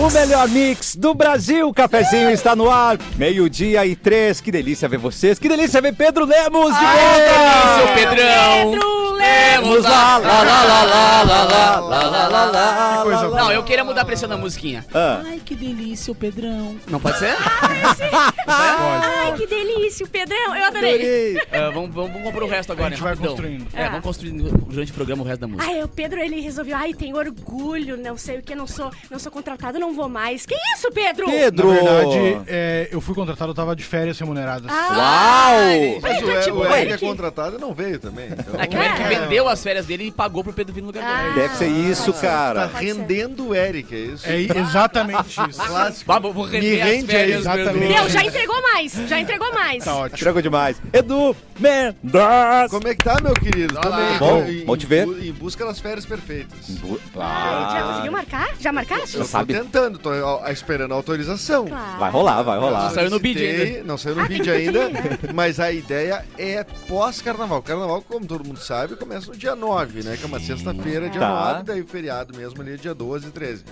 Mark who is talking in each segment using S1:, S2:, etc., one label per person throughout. S1: O melhor mix do Brasil, o cafezinho está no ar, meio-dia e três. Que delícia ver vocês, que delícia ver Pedro Lemos de volta!
S2: Seu Pedrão! É,
S1: Vamos lá, lá, lá, lá, lá, lá, lá, lá, lá, lá, lá.
S2: Não, eu queria mudar pra essa da musiquinha.
S1: Ah,
S2: Ai, que delícia, o Pedrão. Não pode ser?
S3: Ai, que delícia, o Pedrão, eu adorei.
S1: adorei.
S2: Ah, vamos, vamos, vamos comprar o resto agora,
S4: A gente
S2: né,
S4: vai
S2: rapidão.
S4: construindo.
S2: É,
S3: Ah.
S2: vamos construindo durante o programa o resto da música.
S3: Ai, o Pedro, ele resolveu. Ai, tem orgulho, não sei o que, não sou, não sou contratado, não vou mais. Que isso, Pedro?
S1: Pedro!
S4: Na verdade, é, eu fui contratado, eu tava de férias remuneradas.
S1: Ah,
S3: Ah,
S1: Uau!
S3: Ai,
S5: Mas o,
S3: tá
S5: E-
S3: tipo,
S5: o Eric é
S3: Eric.
S5: contratado e não veio também. Então,
S2: É que o Eric
S3: É.
S2: vendeu as férias dele e pagou pro Pedro vir no lugar
S3: Ah.
S2: dele.
S1: Deve ser isso,
S5: tá
S1: cara.
S5: rendendo o Eric, é isso?
S4: É exatamente isso.
S5: Clássico.
S2: Bah, vou
S5: Me
S2: render as
S5: rende
S2: férias,
S4: aí,
S2: Pedro.
S4: exatamente.
S3: Não, já entregou mais, já entregou mais.
S4: Tá ótimo.
S1: Tranco demais. Edu Mendes.
S5: Como é que tá, meu querido?
S2: Olá.
S5: Também,
S1: Bom,
S5: em-
S1: bom te ver.
S5: Em, busca das férias perfeitas.
S3: Ai, já
S1: Ah,
S3: conseguiu marcar? Já marcaste?
S5: Eu
S1: sabe.
S5: tô tentando, tô ó, esperando a autorização.
S3: Claro.
S1: Vai rolar, vai rolar.
S2: Saiu no bid
S5: Solicitei,
S2: ainda.
S5: Não saiu no
S3: Ah, tem
S5: bid
S3: que né?
S5: ainda,
S3: pedir,
S5: mas a ideia é pós-carnaval. Carnaval, como todo mundo sabe, começa no dia 9, né? Que é uma sexta-feira, dia
S1: Tá.
S5: 9, daí o feriado mesmo ali é dia 12 e 13.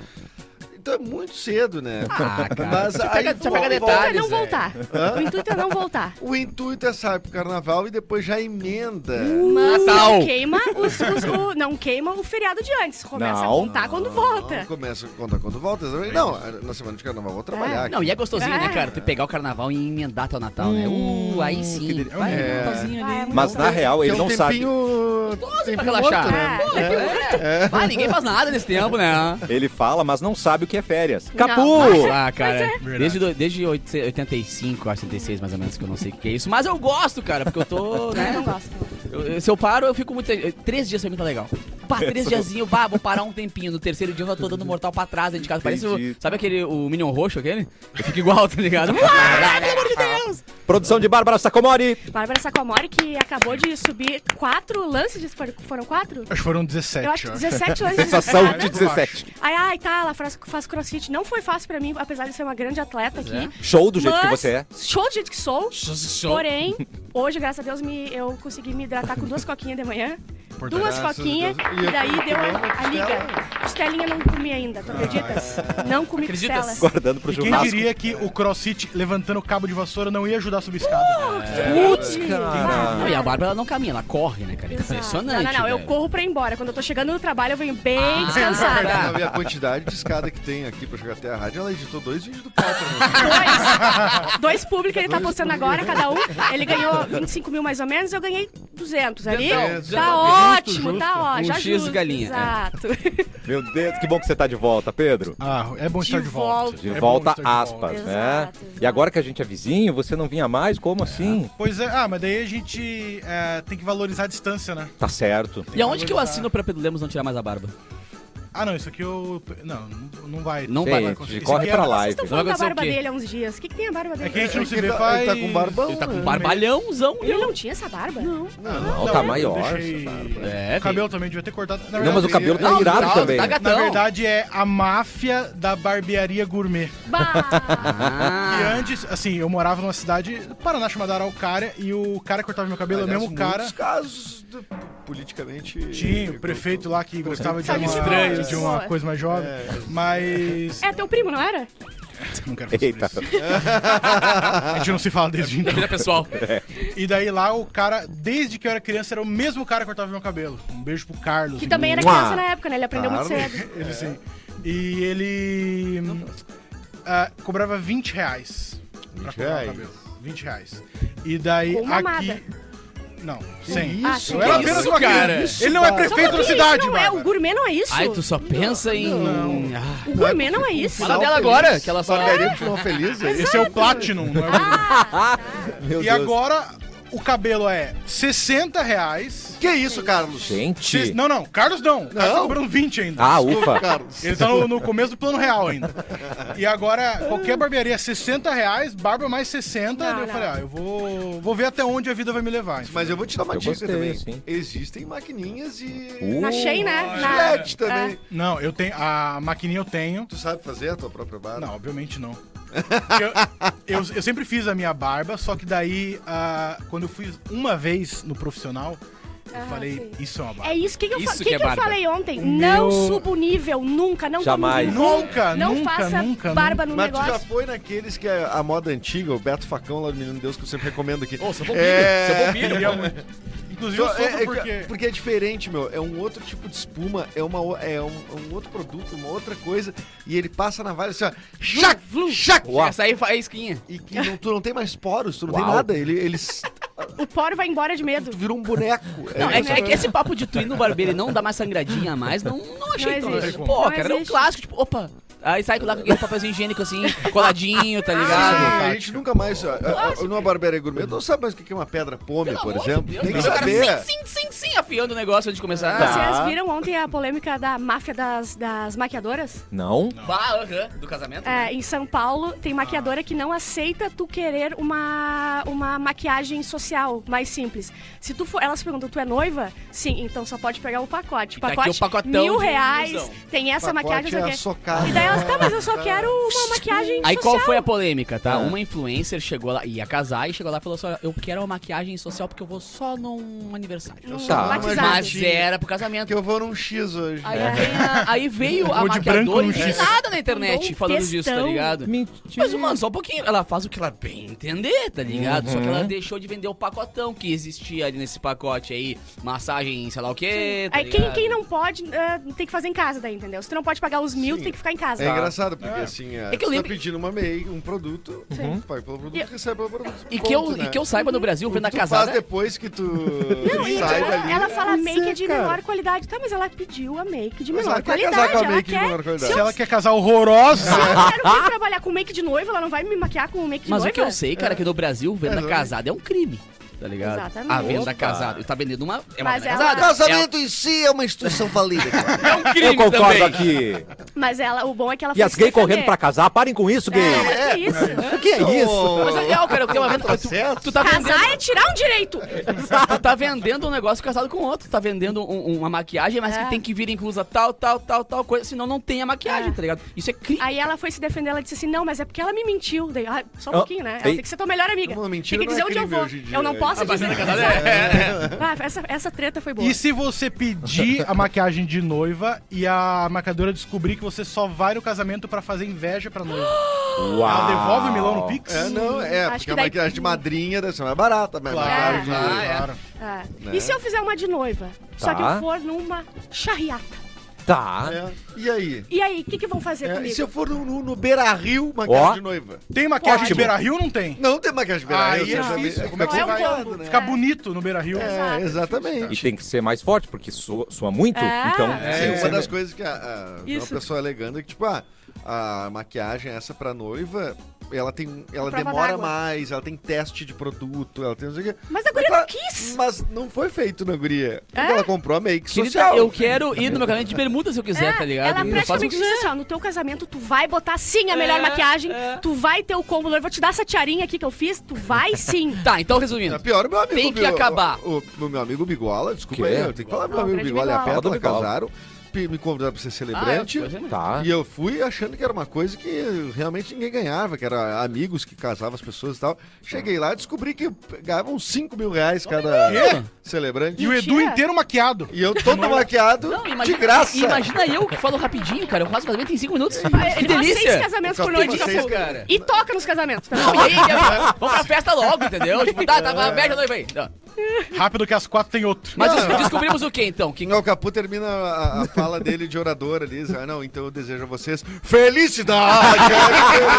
S5: Então é muito cedo, né?
S2: pega- só
S5: mas aí vol-
S2: pega
S3: O intuito é
S2: detalhe.
S5: volta-
S3: não voltar. O intuito é não voltar.
S5: O intuito é sair pro carnaval e depois já emenda.
S3: Mas
S2: Natal.
S3: não queima, os, os- o- não queima o feriado de antes. Começa
S1: Não.
S3: a contar quando volta.
S5: Não, começa a contar quando volta. exatamente. Não, na semana de carnaval eu vou trabalhar. aqui.
S2: Não, e é gostosinho, né,
S3: Ah.
S2: cara? Tu pegar o carnaval e emendar teu Natal, né? Uh, aí sim. Vai,
S5: É.
S2: Natalzinho
S3: Vai,
S2: ali.
S1: Mas na real, ele
S5: Que é um
S1: não sabe.
S5: tempinho...
S2: Pra
S5: tempinho
S2: relaxar.
S5: morto,
S3: né?
S2: Pô, é. Vai, ninguém faz nada nesse tempo, né?
S1: Ele fala, mas não sabe o que é férias.
S3: Não.
S1: Capu!
S2: Ah, cara.
S4: Verdade.
S2: Desde, do- desde 8- 85, acho 86 mais ou menos, que eu não sei o que é isso. Mas eu gosto, cara, porque eu tô.
S3: Eu não
S2: Né,
S3: gosto.
S2: eu- eu- se eu paro, eu fico muito. eu- Três dias pra mim tá legal. Pá, três diazinhos, bah, vou parar um tempinho. No terceiro dia eu já tô dando mortal pra trás dentro de casa. Parece
S1: Entendi.
S2: o. Sabe aquele o Minion roxo aquele? Eu fico igual, tá ligado?
S1: né?
S2: Ah, pelo amor de Deus!
S1: Produção de Bárbara Sacomori.
S3: Bárbara Sacomori, que acabou de subir quatro lances, de- foram quatro?
S4: Acho que foram 17.
S3: Eu acho que
S4: ó.
S3: 17 lances.
S1: Sensação de
S3: disparada.
S1: 17.
S3: Ai, ai, tá, ela faz, faz crossfit. Não foi fácil pra mim, apesar de ser uma grande atleta aqui.
S1: Show é. do jeito que
S3: Mas,
S1: você é.
S3: Show do jeito que sou.
S2: Show.
S3: Porém, hoje, graças a Deus, me, eu consegui me hidratar com duas coquinhas de manhã.
S4: Importante.
S3: Duas
S5: Graças a
S3: coquinhas,
S5: Deus. E
S3: e daí
S5: eu- eu-
S3: deu a, a
S5: costela?
S3: liga. Costelinha não comi ainda, tu acreditas? Não comi
S2: Acreditas?
S3: costela.
S1: Guardando pro
S4: E quem
S1: churrasco.
S4: diria que o CrossFit levantando cabo de vassoura não ia ajudar a subir escada? né?
S3: Putz,
S1: cara.
S2: Não, e a Bárbara ela não caminha, ela corre, né, cara? Impressionante.
S3: Não, não, não,
S2: velho.
S3: eu
S2: Ah, é
S3: corro pra ir embora. Quando eu tô chegando no trabalho, eu venho bem descansada.
S5: Não, e a quantidade de escada que tem aqui pra chegar até a rádio, ela editou dois vídeos do Potter. né?
S3: Dois públicos ele tá postando agora, cada um. Ele ganhou 25 mil mais ou menos, eu ganhei 200 ali.
S2: Duzentão,
S3: tá
S2: duzentão.
S3: ótimo, tá ótimo.
S2: Um
S3: já
S2: X
S3: justo,
S2: galinha, é.
S3: Exato.
S1: Meu Deus, que bom que você tá de volta, Pedro.
S4: Ah, é bom
S3: De
S4: estar de volta.
S3: volta.
S1: De
S4: É bom
S1: volta,
S4: estar de volta.
S1: aspas, né?
S3: Exato, exato.
S1: E agora que a gente é vizinho, você não vinha mais? Como assim?
S4: Pois é, ah, mas daí a gente é, tem que valorizar a distância, né?
S1: Tá certo.
S2: E aonde que eu assino pra Pedro Lemos não tirar mais a barba?
S4: Ah, não, isso aqui eu. Não, não vai.
S2: Não
S4: isso
S2: vai, vai
S4: aqui é-
S1: Gente, corre
S4: isso aqui é-
S1: pra
S3: Vocês
S1: live.
S3: estão falando da
S2: aconteceu o
S3: barba
S2: quê?
S3: dele há uns dias. O que, que tem a barba dele?
S4: É que a gente não se
S5: Ele
S4: vê
S5: tá-
S4: faz.
S5: ele tá com barbão,
S2: Ele tá com
S3: Hum.
S5: né?
S2: barbalhãozão.
S3: Ele não tinha essa barba? Não.
S5: Não,
S1: Não, tá maior.
S4: Eu deixei-
S2: É,
S4: o cabelo também devia ter cortado. Na
S1: Não, mas o
S4: verdade, é,
S1: cabelo tá
S2: Não,
S1: irado
S2: tá-
S1: também.
S2: tá gat-
S4: Na
S2: Não.
S4: verdade, é a máfia da barbearia gourmet.
S3: Bah.
S4: E
S2: Ah,
S4: antes, assim, eu morava numa cidade do Paraná chamada Araucária e o cara que cortava meu cabelo, é o
S5: Aliás,
S4: mesmo cara.
S5: muitos casos do- politicamente...
S4: Tinha o prefeito lá que gostava de
S3: Sabe,
S4: uma,
S3: estranho.
S4: de uma coisa mais jovem. Mas.
S3: É teu primo, não era?
S4: Não quero falar
S1: Eita.
S4: sobre isso. A gente não se fala desde então.
S2: vida pessoal.
S4: E daí lá o cara, desde que eu era criança, era o mesmo cara que cortava meu cabelo. Um beijo pro Carlos.
S3: Que também era
S1: Mua.
S3: criança na época, né? Ele aprendeu muito
S5: Claro.
S3: cedo.
S4: Ele sim. E ele. hum, ah, cobrava 20 reais.
S5: 20
S4: pra cortar o
S5: reais?
S4: cabelo. 20 reais. E daí
S3: Com uma
S4: aqui.
S3: amada.
S4: Não, 100.
S3: Ah, sim.
S4: Eu era
S2: Que
S4: é apenas
S2: isso,
S4: uma criança.
S2: cara?
S4: Ele não é
S3: Só
S4: prefeito
S3: um
S4: da
S3: pouquinho,
S4: cidade,
S3: isso não é,
S4: Bárbara.
S3: O gourmet não é isso.
S2: Ai, tu só pensa em. Ah.
S3: O gourmet não é isso.
S2: Fala
S5: Final
S2: dela
S5: feliz.
S2: agora, que ela só-
S5: Barbearia de final feliz, é isso?
S4: Esse é o Platinum, não é o Gold.
S3: Ah.
S1: Meu
S4: E
S1: Deus.
S4: agora o cabelo é 60 reais.
S5: Que isso, Carlos?
S1: Gente.
S4: Não, não, Carlos não. O Carlos tá
S5: Não?
S4: cobrando 20 ainda.
S1: Ah, ufa.
S5: Carlos.
S4: Ele tá no, no começo do plano real ainda. E agora, qualquer barbearia, 60 reais, barba mais 60.
S3: Não,
S4: daí eu
S3: não.
S4: falei, ah, eu vou, vou ver até onde a vida vai me levar.
S5: Mas eu vou te dar uma
S1: Eu
S5: dica
S1: gostei,
S5: também.
S1: sim.
S5: Existem maquininhas e...
S1: Uh.
S3: Na Shein, né? Na...
S5: Gillette também.
S4: Não, eu tenho. A maquininha eu tenho.
S5: Tu sabe fazer a tua própria barba?
S4: Não, obviamente não. Porque Eu, eu- eu sempre fiz a minha barba, só que daí, ah, quando eu fui uma vez no profissional, Eu falei, isso é uma
S3: É
S4: barba.
S3: isso. O que, que eu, fa-
S2: Isso
S3: que
S2: que é
S3: que eu
S2: barba.
S3: falei ontem?
S4: Meu-
S3: Não suba o nível. Nunca. Não tome
S1: Jamais.
S3: risco.
S4: Nunca,
S3: Não
S4: nunca,
S3: faça
S4: nunca,
S3: barba no
S5: Mas tu já
S3: Um negócio.
S5: foi naqueles que é a moda antiga, o Beto Facão lá do Menino Deus, que eu sempre recomendo aqui.
S2: Ô, seu bobinho,
S5: É.
S2: seu bobinho.
S4: Queria muito. Inclusive, eu
S5: Então, é-
S4: sofro
S5: é-
S4: porque...
S5: porque é diferente, meu. É um outro tipo de espuma, é, uma, o- é um, um outro produto, uma outra coisa. E ele passa na valha assim, ó. Chac, chac,
S2: Essa aí é esquinha.
S5: E que não- tu não tem mais poros, tu não tem
S1: Uau.
S5: nada. Ele, ele s-
S3: O poro vai embora de medo.
S5: tu vira um boneco.
S2: Não, é, que, é que
S5: impressionante.
S2: esse papo de tu ir no barbeiro e não dar mais sangradinha a mais, não, não achei
S3: Não
S2: tão-
S3: existe.
S2: Pô,
S3: Não
S2: cara, era um
S3: existe.
S2: clássico, tipo, opa. Aí sai lá com aquele papelzinho higiênico assim, coladinho, tá ligado?
S5: Ah, a gente nunca mais. ó, ó, ó, Numa barbearia gourmet, não sabe mais o que é uma pedra pome, por exemplo. Tem que
S2: Mas o cara
S5: saber.
S2: sim, sim, sim, sim, afiando o negócio antes de começar. Assim,
S1: Tá.
S3: Vocês viram ontem a polêmica da máfia das, das maquiadoras?
S1: Não?
S2: Bah, aham, do casamento.
S3: É, em São Paulo, tem maquiadora que não aceita tu querer uma, uma maquiagem social mais simples. Se tu for, elas perguntam, tu é noiva? Sim, então só pode pegar o pacote. O
S2: tá aqui
S3: pacote,
S2: o pacotão
S3: mil
S2: de
S3: reais,
S2: ilusão.
S3: tem essa
S5: Pacote
S3: maquiagem, não
S5: é a
S3: sei o quê.
S5: socada.
S3: E daí elas, tá, mas eu só quero uma maquiagem
S2: Aí
S3: social.
S2: qual foi a polêmica, tá?
S1: Ah.
S2: Uma influencer chegou lá, ia casar e chegou lá e falou assim: "Olha, eu quero uma maquiagem social porque eu vou só num aniversário.
S3: Hum,
S5: Eu sou
S1: Tá.
S5: uma
S3: Mas
S5: judia,
S2: Mas é. era pro
S5: Que
S2: casamento.
S5: eu vou num X hoje.
S2: Aí,
S3: é.
S2: vem a- aí veio a
S4: Vou de branco
S2: maquiadora
S4: no
S2: e tem
S4: X.
S2: nada na
S3: Mandou
S2: internet
S3: um
S2: falando disso, tá
S3: textão.
S2: ligado? Mas, mano, só um pouquinho. Ela faz o que ela bem entender, tá ligado? Só que ela deixou de vender o pacotão que existia ali nesse pacote aí. Massagem, sei lá o quê. tá
S3: Aí quem,
S2: ligado?
S3: quem não pode, eh, tem que fazer em casa daí, entendeu? Se tu não pode pagar os mil,
S5: Sim.
S3: tu tem que ficar em casa.
S5: É engraçado, porque assim, é,
S2: que eu
S5: tu tá
S2: lembro-
S5: pedindo uma MEI, um produto, tu paga pelo produto,
S3: E-
S5: recebe pelo produto.
S2: E
S5: ponto,
S2: que, eu,
S5: né?
S2: e que eu saiba no Brasil,
S5: O que
S2: vendo a
S5: tu faz
S2: casada.
S5: depois que tu
S3: Não, e
S5: sai
S3: ela,
S5: dali.
S3: ela fala
S5: Pois
S3: make
S5: é,
S3: de
S5: cara.
S3: menor qualidade. Tá, mas ela pediu a make de
S5: Mas
S3: menor
S5: ela quer
S3: qualidade.
S5: casar com a
S3: ela
S5: make de
S3: quer...
S5: menor qualidade.
S4: Se ela quer casar horrorosa...
S3: Se eu quero vir trabalhar com make de noiva, ela não vai me maquiar com make de
S2: Mas o
S3: noiva?
S2: que eu sei, cara, é que no Brasil, venda
S5: É,
S2: casada é um crime. Tá ligado?
S3: Uhum. Exatamente.
S2: A venda
S5: Opa.
S2: casada. Tá vendendo uma. É uma
S3: Mas um
S2: venda
S3: ela-
S2: casada.
S6: Casamento em si é uma instituição falida. cara.
S2: É, é um crime
S1: Eu concordo
S2: também.
S1: aqui.
S3: Mas ela, o bom é que ela
S1: E as
S3: se
S1: gays
S3: defender.
S1: correndo pra casar, parem com isso, gay.
S3: É, mas que isso?
S1: O que é isso?
S2: Mas é legal, cara, tem uma venda.
S5: Tá
S2: tu,
S5: certo.
S2: tu tá vendendo,
S3: Casar é tirar um direito.
S2: tu tá vendendo um negócio casado com outro. Tu tá vendendo um- uma maquiagem, mas
S3: É.
S2: que tem que vir inclusa tal, tal, tal, tal coisa. Senão não tem a maquiagem,
S3: É.
S2: tá ligado? Isso é crime.
S3: Aí ela foi se defender, ela disse assim, não, mas é porque ela me mentiu. Daí, ah, só um
S1: Ah,
S3: pouquinho, né? Ela
S1: ei.
S3: tem que ser tua melhor amiga.
S5: Uma mentira
S3: tem que
S5: não
S3: dizer
S5: é
S3: onde eu
S5: crime
S3: vou.
S5: hoje em dia,
S3: Eu não
S5: é.
S3: posso
S2: A venda
S3: dizer.
S2: casada é-
S3: Ah, essa, essa treta foi boa.
S4: E se você pedir a maquiagem de noiva e a maquiadora descobrir que você só vai no casamento pra fazer inveja pra noiva? Ela devolve o milão no Pix?
S5: É, não, é,
S3: assim.
S5: porque
S3: Acho que
S5: a
S3: daí-
S5: maquiagem de madrinha deve ser mais barata, mas
S4: Claro,
S5: maquiagem de-
S2: Ah, é.
S4: claro.
S3: Ah,
S5: Né?
S3: E se eu fizer uma de noiva? Só que
S1: Tá.
S3: eu for numa charriata.
S1: Tá.
S5: É. E aí?
S3: E aí, o que, que vão fazer
S5: É,
S3: comigo?
S5: e se eu for no, no, no Beira Rio, maquiagem
S1: Ó.
S5: de noiva?
S4: Tem maquiagem de
S1: Ótimo.
S4: Beira Rio ou não tem?
S5: Não tem maquiagem de Beira Rio,
S4: Aí
S5: você
S4: é
S5: já vê-
S4: difícil,
S5: Como é que
S3: não
S5: você
S3: é um
S5: vai?
S3: combo.
S5: né?
S4: Ficar bonito no Beira Rio.
S5: É, exatamente.
S1: E tem que ser mais forte, porque soa, soa muito.
S3: É.
S1: Então,
S5: Sim,
S1: tem que
S5: uma
S1: ser-
S5: das coisas que a, a- uma
S3: Isso.
S5: pessoa alegando é que, tipo, ah, a maquiagem essa pra noiva, ela tem. Ela
S3: prova
S5: demora
S3: d'água.
S5: mais, ela tem teste de produto, ela tem não sei o quê.
S3: Mas a guria não quis.
S5: Mas não foi feito na guria. Porque
S3: É?
S5: ela comprou a make
S2: Querida,
S5: social.
S2: eu quero ir no meu casamento de bermuda se eu quiser, tá ligado?
S3: Ela
S2: Eu faço o que
S3: praticamente disse
S2: quiser.
S3: assim, ó, no teu casamento tu vai botar sim a
S2: É,
S3: melhor maquiagem,
S2: é.
S3: tu vai ter o combo, eu vou te dar essa tiarinha aqui que eu fiz, tu vai sim.
S2: Tá, então
S5: É
S2: resumindo.
S5: pior, o meu amigo.
S2: Tem que
S5: o-
S2: acabar.
S5: O, o meu amigo Bigola, desculpa
S1: Que?
S5: aí, eu tenho que falar meu
S3: Não,
S5: amigo
S3: grande
S5: Bigola e a
S3: Bigola.
S1: Fala do
S5: Pétala
S1: Bigola.
S5: casaram. pe- Me convidaram pra ser celebrante.
S2: Ah, eu- pois é.
S1: Tá.
S5: E eu fui achando que era uma coisa que realmente ninguém ganhava, que era amigos que casavam as pessoas e tal. Cheguei lá e descobri que ganhavam 5 mil reais cada celebrante.
S4: E o Edu
S3: Mentira.
S4: inteiro maquiado.
S5: E eu todo maquiado,
S2: Não,
S5: de graça.
S2: Imagina eu que falo rapidinho, cara. Eu faço casamento em 5 minutos. que
S3: Ele faz seis
S2: delícia!
S3: casamentos
S5: Eu
S3: por
S5: só
S3: noite,
S5: tenho
S3: Capu.
S5: seis, cara.
S3: E toca nos casamentos. Tá?
S2: Não, e aí, eu- vamos pra festa logo, entendeu? Tipo, tá, tá, vai, beijo a noiva aí. Não.
S4: Rápido que as quatro tem outro.
S2: Mas
S5: É. Não.
S2: des- descobrimos o quê, então? Que...
S5: Não, o Capu termina a, a fala dele de orador ali. diz, Ah, não, então eu desejo a vocês felicidade!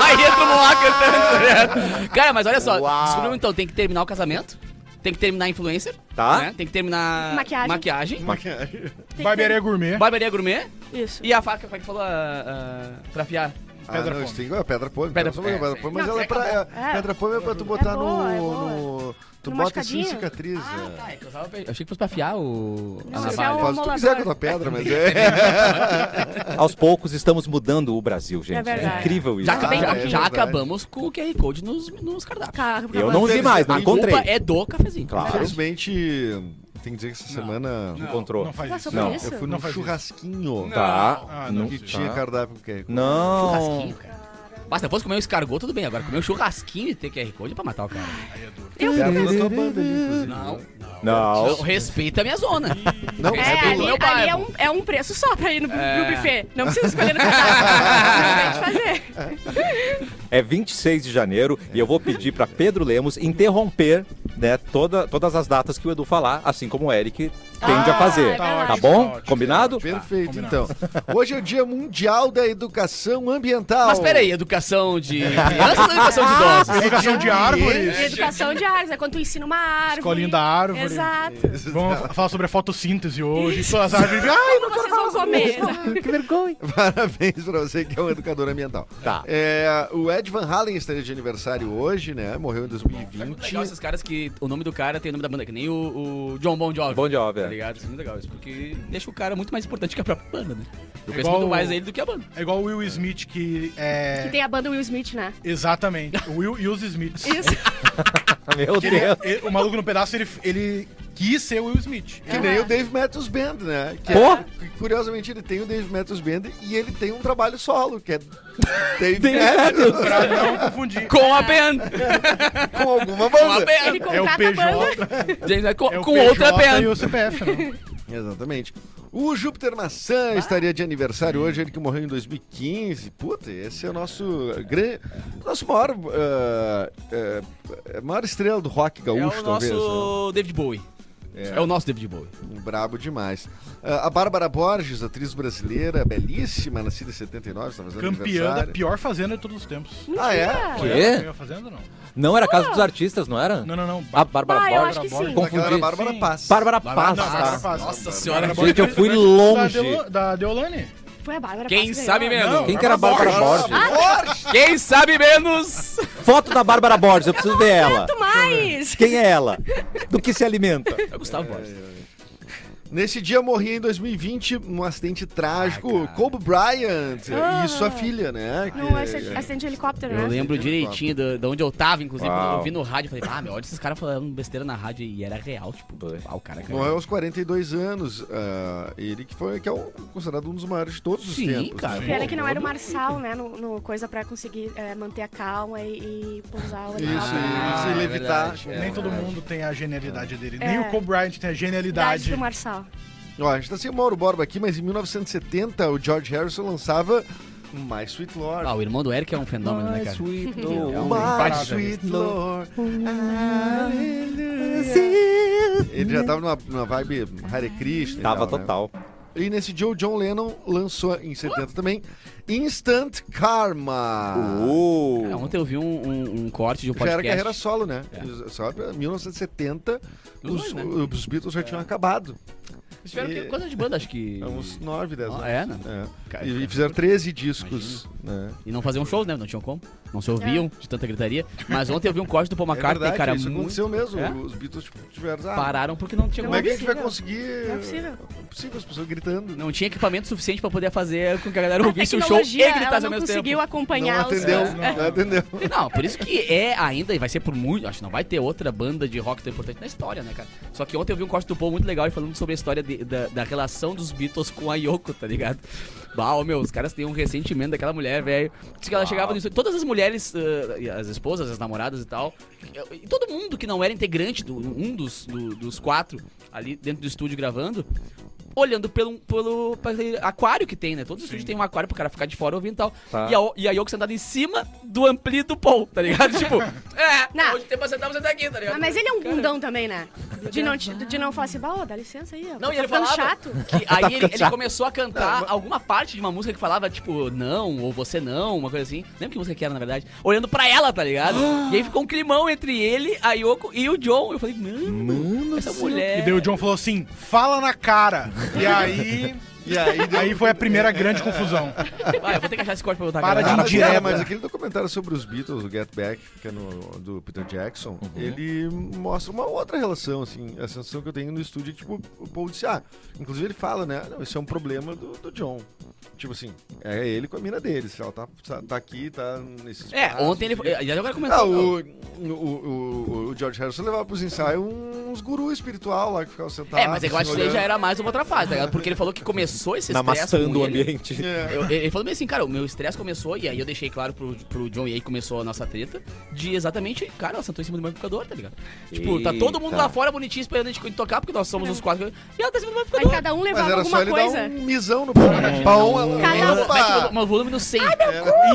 S2: Aí entra o Moá cantando direto. Cara, mas olha só.
S1: Uau.
S2: Descobrimos, então, tem que terminar o casamento. Tem que terminar a influencer.
S1: Tá.
S2: né? Tem que terminar...
S3: Maquiagem.
S2: Maquiagem.
S4: Barbearia gourmet.
S2: Barbearia gourmet.
S3: Isso.
S2: E a faca, como é que falou? ah, ah, pra afiar.
S5: Ah,
S4: Pedra
S5: não,
S4: Pome.
S5: isso tem- é pedra pome.
S2: Pedra
S5: Pedra pome,
S2: Pome,
S5: pedra
S2: sim.
S5: pome, mas
S2: Não,
S5: ela é pra, é,
S3: é.
S5: pedra pome é pra tu botar
S3: boa, é
S5: no,
S3: boa.
S5: no- Tu
S3: No
S5: bota assim
S3: machucadinho?
S5: cicatriz. né?
S2: tá. É que eu, usava pra- eu achei que fosse pra afiar o...
S3: Não,
S2: a
S3: esse é
S2: navalha.
S5: Faz o
S3: o-
S5: que tu
S3: amolador.
S5: quiser com a tua pedra, mas é.
S1: Aos poucos estamos mudando o Brasil, gente. É,
S3: verdade.
S1: incrível isso.
S2: Já,
S5: Ah,
S2: acabei-
S5: é
S2: já
S5: verdade.
S2: acabamos com o QR Code nos, nos cardápios.
S3: Ca-
S1: Eu não usei mais, mas
S2: A culpa
S1: encontrei.
S2: é do cafezinho.
S1: Claro.
S5: Infelizmente, tem que dizer que essa semana
S1: Encontrou.
S4: Não faz
S3: Tá
S4: isso.
S3: sobre
S1: Não,
S3: isso?
S5: eu fui
S4: Não
S5: num
S4: faz isso.
S5: churrasquinho
S1: Tá.
S4: Ah,
S1: não,
S4: não
S5: que
S1: tá.
S5: tinha cardápio que
S1: Não.
S2: Churrasquinho, cara. Mas se fosse comer um escargot, tudo bem. Agora comer um churrasquinho e ter QR Code é pra matar o cara.
S3: Eu
S5: É a
S3: fico
S5: dona
S3: pensando.
S5: tua banda ali, inclusive.
S2: Não.
S1: Não.
S2: Não, Respeita a minha zona.
S5: Não,
S3: É,
S2: Respeita o
S3: ali,
S2: meu
S3: ali é,
S2: bairro.
S3: um, é um preço só pra ir no, bu-
S2: É.
S3: no buffet. Não precisa escolher no catálogo. Não tem de fazer.
S1: É 26 de janeiro e eu vou pedir para Pedro Lemos interromper né, toda, todas as datas que o Edu falar, assim como o Eric tende a fazer.
S3: é
S1: Tá,
S3: verdade.
S1: bom?
S4: Ótimo.
S1: Combinado?
S5: Perfeito, então.
S4: Combinado.
S5: Hoje é o Dia Mundial da Educação Ambiental.
S2: Mas peraí, educação de crianças ou educação de idosos?
S4: Educação de árvores.
S3: E Educação de árvores, é quando tu ensina uma árvore.
S4: Escolinha da árvore.
S3: Exato.
S4: Vamos falar sobre a fotossíntese hoje. As árvores. Ah! Ai,
S3: Como vocês vão comer?
S5: Parabéns pra você que é um educador ambiental.
S1: Tá.
S5: É, o Ed Van Halen estaria de aniversário hoje, né? Morreu em
S2: É Legal tá
S5: 2020.
S2: esses caras que o nome do cara tem o nome da banda, que nem o, o John Bon Jovi.
S1: Bon Jovi, é.
S2: Tá ligado? Isso é muito legal, isso porque deixa o cara muito mais importante que a própria banda, né? Eu penso
S4: Igual
S2: muito mais
S4: o-
S2: ele do que a banda.
S4: É igual o Will Smith que
S3: Que
S4: é.
S3: tem a banda Will Smith, né?
S4: Exatamente. O Will e os Smiths.
S3: Isso.
S1: Meu
S4: Que ele- é-
S1: Deus.
S4: ele- o maluco no pedaço, ele, ele quis ser o Will Smith.
S5: Que nem o Dave Matthews Band, né? Que
S1: Pô!
S5: que, curiosamente, ele tem o Dave Matthews Band e ele tem um trabalho solo, que é Dave
S1: Dave
S5: Matthews
S4: Pra não confundir.
S2: Com a banda!
S5: com alguma
S2: Com a
S5: banda.
S2: banda!
S3: Ele contrata a banda.
S2: James Bond, Com,
S4: é o
S2: com
S4: PJ
S2: outra
S4: E
S2: banda!
S4: o CPF, né?
S5: Exatamente. O Júpiter Maçã estaria de aniversário hoje, ele que morreu em 2015. Puta, esse é o nosso grande. Nosso maior. ah, eh, eh, maior estrela do rock
S2: É
S5: gaúcho,
S2: o
S5: talvez. né? Um
S2: nosso David Bowie. É. o nosso David Bowie.
S5: Brabo demais. Ah, a Bárbara Borges, atriz brasileira, belíssima, nascida em 79, está tá fazendo
S4: Campeã da
S5: aniversário.
S4: pior fazenda de todos os tempos.
S5: Ah, é?
S3: Mentira.
S1: Quê?
S4: Foi ela que ganhou a fazenda ou não?
S1: Não era casa dos artistas, não era?
S4: Não, não, não.
S1: A Bárbara
S3: Ah, eu
S1: Borges.
S3: acho que
S4: Bárbara
S3: sim.
S1: Borges.
S5: Aquela era
S1: Confundi.
S5: a Bárbara Paz.
S1: Bárbara
S4: Não,
S1: Paz,
S4: não, Bárbara
S1: tá?
S4: Paz.
S2: Nossa senhora, que-
S4: Bárbara Borges
S1: Gente, eu
S4: foi
S1: fui
S4: presidente
S1: longe.
S4: Da, Delo- da Deolane.
S3: Foi a Bárbara
S2: Quem
S3: Paz que
S2: sabe
S3: ganhou.
S2: menos?
S1: Quem que era a Bárbara Borges?
S5: Borges!
S2: Quem sabe menos?
S1: Foto da Bárbara Borges, eu preciso ver ela.
S3: Quanto mais!
S1: Quem é ela? Do que se alimenta?
S2: É o Gustavo Borges.
S5: Nesse dia morria em 2020 num um acidente trágico. Kobe Bryant
S3: Ah.
S5: e sua filha, né?
S3: Não,
S5: Que-
S3: é acidente acidente de helicóptero, né?
S2: Eu lembro
S5: é
S2: direitinho de, de onde eu tava, inclusive,
S1: Uau.
S2: quando eu vi no rádio, eu falei, ah, meu, olha esses caras falando besteira na rádio e era real, tipo,
S1: Dois.
S2: ah, o cara caiu.
S5: Morreu aos 42 anos. ah, ele que foi que é o, considerado um dos maiores de todos os
S2: Sim,
S5: tempos. né?
S2: cara.
S3: Pena que não era o Marçal, né? No, no coisa pra conseguir eh, manter a calma e, e pousar o
S5: Isso, isso,
S2: Ah, é
S5: ele evitar.
S2: verdade, é
S4: Nem todo
S5: verdade.
S4: mundo tem a genialidade dele.
S3: É.
S4: Nem o Kobe Bryant tem a
S3: Idade
S4: genialidade.
S3: do Marçal.
S5: Ó, a gente tá sem o Mauro Borba aqui, mas em 1970 o George Harrison lançava My Sweet Lord.
S2: Ah, o irmão do Eric é um fenômeno, né, cara?
S5: Oh,
S4: imparável.
S5: My Sweet Lord. Ele já tava numa, numa vibe Hare Krishna. e
S1: Tava
S5: tal, né?
S1: total.
S5: E nesse dia o John Lennon lançou em 70 também Instant Karma.
S2: Ah,
S1: Uh.
S2: ontem eu vi um, um- um corte de um
S5: Já
S2: podcast.
S5: era carreira solo, né? Só pra 1970
S2: Os dois,
S5: os,
S2: né?
S5: os Beatles já tinham acabado.
S2: Eles tiveram
S5: E-
S2: que- quantos de banda, acho que...
S5: Há uns 9, 10 anos.
S2: Ah, é, né?
S5: É. E fizeram 13 discos, né?
S2: E não faziam shows, né? Não tinham como. Não se
S3: É.
S2: ouviam de tanta gritaria. Mas ontem eu vi um corte do Paul
S5: É
S2: McCartney,
S5: verdade,
S2: cara,
S5: isso
S2: muito...
S5: aconteceu mesmo.
S2: É?
S5: Os Beatles tipo, tiveram. Ah,
S2: Pararam porque não tinha
S5: Como
S3: Não
S5: é
S2: como...
S5: que a gente vai
S3: possível.
S5: conseguir.
S3: Não é possível.
S5: É possível, as pessoas gritando.
S2: Não tinha equipamento suficiente pra poder fazer com que a galera
S3: A
S2: ouvisse o show e
S3: tecnologia, ela
S2: gritasse ao
S3: não
S2: mesmo tempo.
S3: conseguiu acompanhar
S5: Não
S3: os...
S5: atendeu,
S2: caras.
S5: não atendeu.
S2: Não, por isso que é ainda, e vai ser por muito. Acho que não vai ter outra banda de rock tão importante na história, né, cara? Só que ontem eu vi um corte do Paul muito legal ele falando sobre a história de- da, da relação dos Beatles com a Yoko, tá ligado? Bah, ô, meu, os caras têm um ressentimento daquela mulher, velho. Diz que ela chegava no estúdio- Todas as mulheres, ah, e as esposas, as namoradas e tal. E todo mundo que não era integrante, do, um dos, do- dos quatro ali dentro do estúdio gravando, olhando pelo, pelo, pelo aquário que tem, né? Todos os estúdios tem um aquário pro cara ficar de fora ouvindo e tal.
S1: Tá.
S2: E, a, e a Yoko sentada em cima do ampli do Paul, tá ligado? tipo, é,
S3: Não.
S2: hoje tem pra sentar, você tá aqui, tá ligado?
S3: Ah, mas ele é um bundão também, né? De não, te- de não falar assim, "Bah, ô, dá licença aí, ó.
S2: Não,
S3: tá
S2: e ele
S3: ficando
S2: falava
S3: chato.
S2: que aí ele, ele começou a cantar alguma parte de uma música que falava, tipo, não, ou você não, uma coisa assim. Lembra que música que era, na verdade? Olhando pra ela, tá ligado? e aí ficou um climão entre ele, a Yoko e o John. Eu falei, mano, essa mulher...
S4: E daí o John falou assim: fala na cara. E aí.
S5: E aí deu- um-
S4: Aí foi a primeira grande confusão.
S2: Vai, eu vou ter que achar esse corte pra botar a
S4: Para
S2: galera.
S5: Ah, mas, cara,
S4: indireta.
S5: mas aquele documentário sobre os Beatles, o Get Back, que é no, do Peter Jackson, ele mostra uma outra relação, assim, a sensação que eu tenho no estúdio, é, tipo, o Paul disse, ah, inclusive ele fala, né, não, isso é um problema do, do John. Tipo assim, é ele com a mina dele, se ela tá, tá- tá aqui, tá nesse
S2: É, ontem ele... Aliás, agora
S5: Ah,
S2: comentou...
S5: o, o, o, o George Harrison levava pros ensaios um uns gurus espiritual lá que ficavam sentados.
S2: É, mas eu acho que
S5: assim,
S2: daí já
S5: olhando.
S2: era mais uma outra fase, tá ligado? Porque ele falou que começou esse estresse
S1: namastando
S2: com
S1: o
S2: ele.
S1: ambiente.
S5: É.
S2: Eu- ele falou bem assim, cara, o meu estresse começou, e aí eu deixei claro pro, pro John e aí começou a nossa treta, de exatamente, cara, ela sentou em cima do meu amplificador, tá ligado? Tipo, tá todo mundo
S1: Eita.
S2: lá fora bonitinho esperando a gente tocar, porque nós somos os quatro. E ela tá em cima do meu
S3: Aí
S2: amplificador.
S3: cada um
S5: É, Mas
S3: levava
S5: era só
S3: alguma
S5: ele
S3: coisa.
S5: dar um misão no pau.
S2: É,
S5: né? Pau, ela...
S3: Cada-
S5: Opa!
S2: Mas tipo, o volume no 100.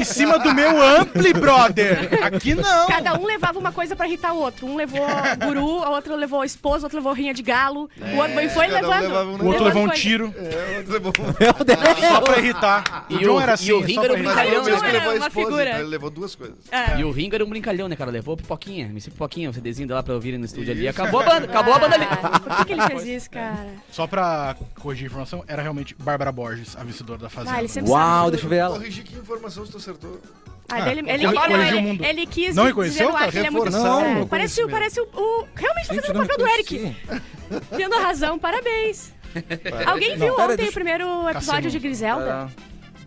S4: Em cima do meu ampli, brother. Aqui não.
S3: Cada um levava uma coisa pra irritar o outro. Um levou guru, o outro levou esposa, o outro levou rinha de galo. o outro e foi
S5: cada um
S3: levando.
S5: levava um
S4: O outro levou um
S3: coisa.
S4: tiro
S5: É, o outro levou-
S4: só pra irritar. assim,
S2: E o- e o
S4: só
S2: Rinder
S4: pra
S2: é
S5: Mas
S2: brincalhão,
S5: pelo menos
S3: né?
S5: que levou a
S3: Uma
S5: esposa,
S3: figura.
S5: então ele levou duas coisas.
S3: É.
S2: E o Ringo era um brincalhão, né, cara? Levou pipoquinha, me pipoquinha, o CDzinho dela pra ouvir no estúdio ali. Acabou a banda, acabou a banda ali.
S3: Ah, Por que, que ele fez isso, cara?
S4: Só pra corrigir a informação, era realmente Bárbara Borges, a vencedora da Fazenda.
S3: Ah, ele sempre
S1: Uau,
S3: sabe
S1: deixa eu ver ela.
S5: Corrigi que informação se tu acertou.
S3: Ah, daí ele, ele,
S4: Corrigiu
S3: olha,
S4: o
S3: ele-
S4: mundo.
S3: ele quis
S4: Não
S3: dizer
S4: reconheceu,
S3: no ar
S4: cara?
S3: que ele é muito
S5: Reforçar
S3: bom.
S5: o
S3: É,
S5: meu
S3: Parece, o-
S5: conhecimento.
S3: parece o, o- Realmente tá
S1: Gente,
S3: fazendo
S1: não
S3: o
S1: me
S3: papel do Eric.
S1: conheci.
S3: Tendo razão, parabéns. É.
S5: É,
S3: Alguém
S1: Não,
S3: viu
S1: pera,
S3: ontem
S1: deixa-
S3: o primeiro episódio
S4: Cassino.
S3: de Griselda?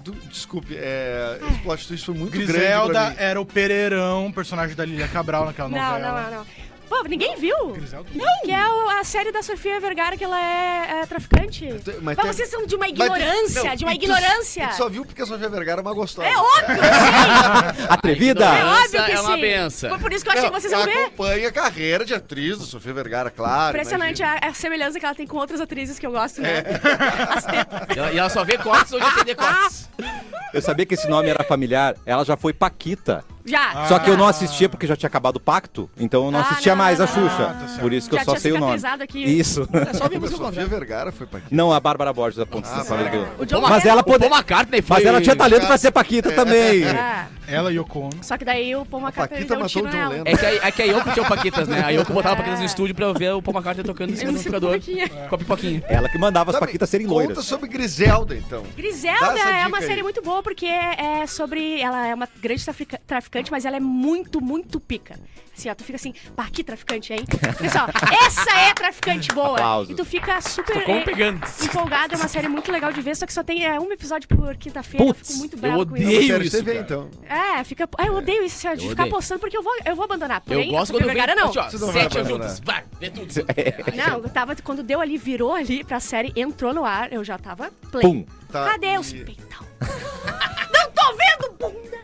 S5: Du- Desculpe, é, esse plot twist foi muito grande pra
S4: Griselda
S5: mim.
S4: era o Pereirão, personagem da Lilia Cabral naquela
S3: não,
S4: novela. né?
S3: não, não, não. Pô, ninguém viu?
S4: Griselda?
S3: Que é o- a série da Sofia Vergara que ela é, é, traficante.
S5: Te- mas
S3: Mas,
S5: tem-
S3: vocês são de uma
S5: Mas tu-
S3: ignorância,
S5: não,
S3: de uma
S5: e tu-
S3: ignorância.
S5: e tu só viu porque a Sofia Vergara é uma gostosa.
S3: É óbvio, é
S1: Atrevida!
S3: óbvio que
S2: é uma
S3: sim.
S2: benção.
S3: Foi por isso que eu achei que vocês iam ver.
S5: acompanha é a carreira de atriz da Sofia Vergara, claro.
S3: Impressionante a, a semelhança que ela tem com outras atrizes que eu gosto,
S5: É.
S3: né? As tetas.
S2: E
S1: É.
S2: ela- E ela só vê cortes onde atender cortes.
S1: Eu sabia que esse nome era familiar. Ela já foi Paquita.
S3: Já.
S1: Só que eu não assistia porque já tinha acabado o pacto, então eu não
S3: Ah,
S1: assistia
S3: não,
S1: mais
S3: não,
S1: a
S3: não,
S1: Xuxa.
S4: não, não.
S1: Por isso que
S3: Já
S1: eu só
S3: tinha
S1: sei o nome.
S3: cicatrizado aqui.
S1: Isso.
S2: É só ver
S5: A
S2: música ao
S5: Sofia
S2: contrário.
S5: Vergara foi pra aqui.
S1: Não, a Bárbara Borges da Ponte da Família.
S3: O John
S1: Mas
S3: Lennon-
S1: ela
S2: O Paul
S1: poderia.
S2: McCartney foi...
S1: Mas ela tinha talento pra ser
S5: É.
S1: Paquita também.
S3: Ah,
S4: Ela e Yoko Ono.
S3: só que daí o Paul McCartney
S5: Paquita
S3: deu um
S5: matou
S3: tiro
S5: o John
S3: nela.
S5: Lennon.
S2: É que, a, é que a Yoko tinha o Paquitas, né? A Yoko botava
S3: É.
S2: Paquitas no estúdio pra eu ver o Paul McCartney tocando em cima do
S3: MC
S2: computador
S3: Paquitinha.
S2: com a pipoquinha.
S1: Ela que mandava as
S5: Sabe,
S1: Paquitas serem
S5: Conta
S1: loiras.
S5: sobre Griselda, então. Dá
S3: Griselda
S5: essa
S3: é
S5: dica
S3: uma
S5: aí.
S3: série muito boa porque é sobre. Ela é uma grande trafica- traficante, mas ela é muito, muito pica. Assim, ó, tu fica assim, pá, que traficante, hein? Pessoal, essa é traficante boa.
S1: Aplausos.
S3: E tu fica super.
S2: Tô como
S3: eh,
S2: pegando.
S3: Empolgado, é uma série muito legal de ver, só que só tem é, um episódio por quinta-feira. Eu
S1: Putz,
S3: fico muito
S2: eu
S3: bravo com
S2: odeio.
S3: isso.
S5: Quero
S2: isso,
S5: TV,
S2: cara.
S5: então.
S3: É, fica. Ah, eu odeio isso, assim, ó, de
S2: Eu
S3: ficar
S2: odeio.
S3: postando porque eu vou, eu vou abandonar.
S2: Eu
S3: Porém,
S2: gosto
S3: a
S2: quando
S3: Sofia
S2: vem...
S3: Vergara, não. né?
S2: Ó,
S5: Vocês não
S2: sete
S5: vão abandonar.
S2: juntas, vai, vê tudo.
S3: Não, eu tava. Quando deu ali, virou ali pra série, entrou no ar, eu já tava play.
S1: Pum.
S5: Tá,
S3: Cadê
S5: e-
S3: os peitão? não tô vendo bunda!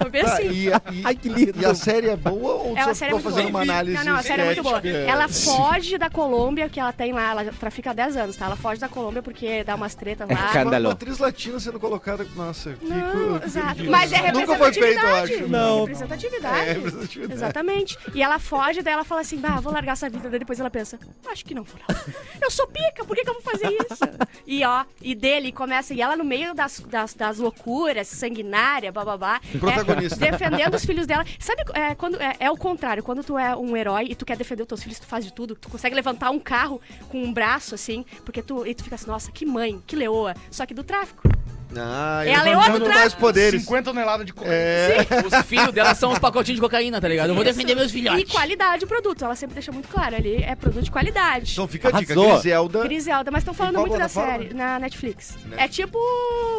S3: Foi bem
S5: Tá,
S3: assim.
S5: e, a- e-
S1: Ai, que lindo.
S5: e a série é boa ou
S3: É uma
S5: só
S3: série
S5: ficou
S3: muito
S5: fazendo
S3: boa.
S5: uma análise
S3: Não, não, a série é muito boa.
S5: estética?
S3: Ela foge da Colômbia, que ela tem lá, ela já trafica há 10 anos, tá? Ela foge da Colômbia porque dá umas tretas lá.
S1: cara,
S5: Uma,
S1: Escândalo.
S5: uma atriz latina sendo colocada... Nossa, que...
S3: Não,
S5: que-
S3: exato.
S5: que-
S3: Mas é
S5: Nunca foi feito, eu
S3: representatividade.
S5: acho.
S1: Não.
S3: Representatividade.
S5: É, representatividade.
S3: Exatamente. E ela foge, daí ela fala assim: ah, vou largar essa vida. Daí depois ela pensa: acho que não vou não. Eu sou pica, por que, que eu vou fazer isso? E ó, e dele começa, e ela no meio das, das, das loucuras, sanguinária, bababá. é,
S5: Um Protagonista.
S3: defendendo os filhos dela. Sabe é, quando é, é o contrário, quando tu é um herói e tu quer defender os teus filhos, tu faz de tudo. Tu consegue levantar um carro com um braço assim, porque tu, e tu fica assim: nossa, que mãe, que leoa. Só que do tráfico.
S5: Ah,
S3: Ela é
S5: levantando
S3: outra-
S5: mais poderes.
S4: 50 toneladas de cocaína.
S1: É.
S3: É.
S2: Os filhos dela são os pacotinhos de cocaína, tá ligado? Eu vou defender meus
S3: E
S2: filhotes.
S3: qualidade do produto. Ela sempre deixa muito claro ali. É produto de qualidade.
S5: Então fica a dica,
S1: Arrasou.
S5: Griselda...
S3: Griselda, mas estão
S5: Em
S3: falando
S5: qual é
S3: muito da
S5: plataforma?
S3: série na Netflix.
S5: Netflix.
S3: É tipo.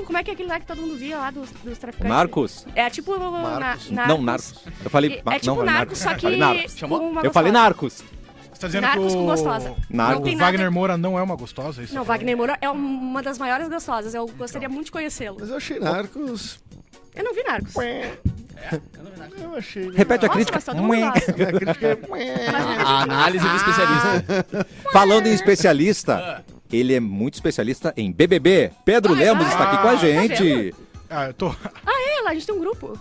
S3: Como é que é aquele lá que todo mundo via lá dos, dos traficantes?
S1: Narcos?
S3: É tipo. na-
S5: Narcos.
S1: Não, Narcos. Eu falei.
S3: É,
S1: ma-
S3: é tipo
S1: não, falei
S3: Narcos, só que.
S1: Falei Narcos.
S2: Chamou?
S3: com uma
S1: Eu falei
S3: gostosa.
S1: Narcos.
S4: Você tá dizendo
S3: Narcos
S4: que o...
S3: com gostosa.
S1: Narcos.
S3: Não
S4: O
S3: tem nada.
S4: Wagner Moura não é uma gostosa, é isso?
S3: Não, Wagner Moura é uma das maiores gostosas. Eu gostaria muito de conhecê-lo.
S5: Mas eu achei Narcos...
S3: Eu não vi Narcos. Ah,
S5: Eu achei...
S1: Repete a
S3: Nossa,
S1: crítica.
S3: mas todo mundo gosta.
S5: Minha crítica é...
S2: A análise do especialista.
S1: Falando em especialista, ele é muito especialista em BBB. Pedro
S3: Ai,
S1: Lemos
S3: ai.
S1: está aqui com a
S3: Ah, tá
S1: gente.
S4: Ah, eu tô...
S3: Ela, a gente tem um grupo.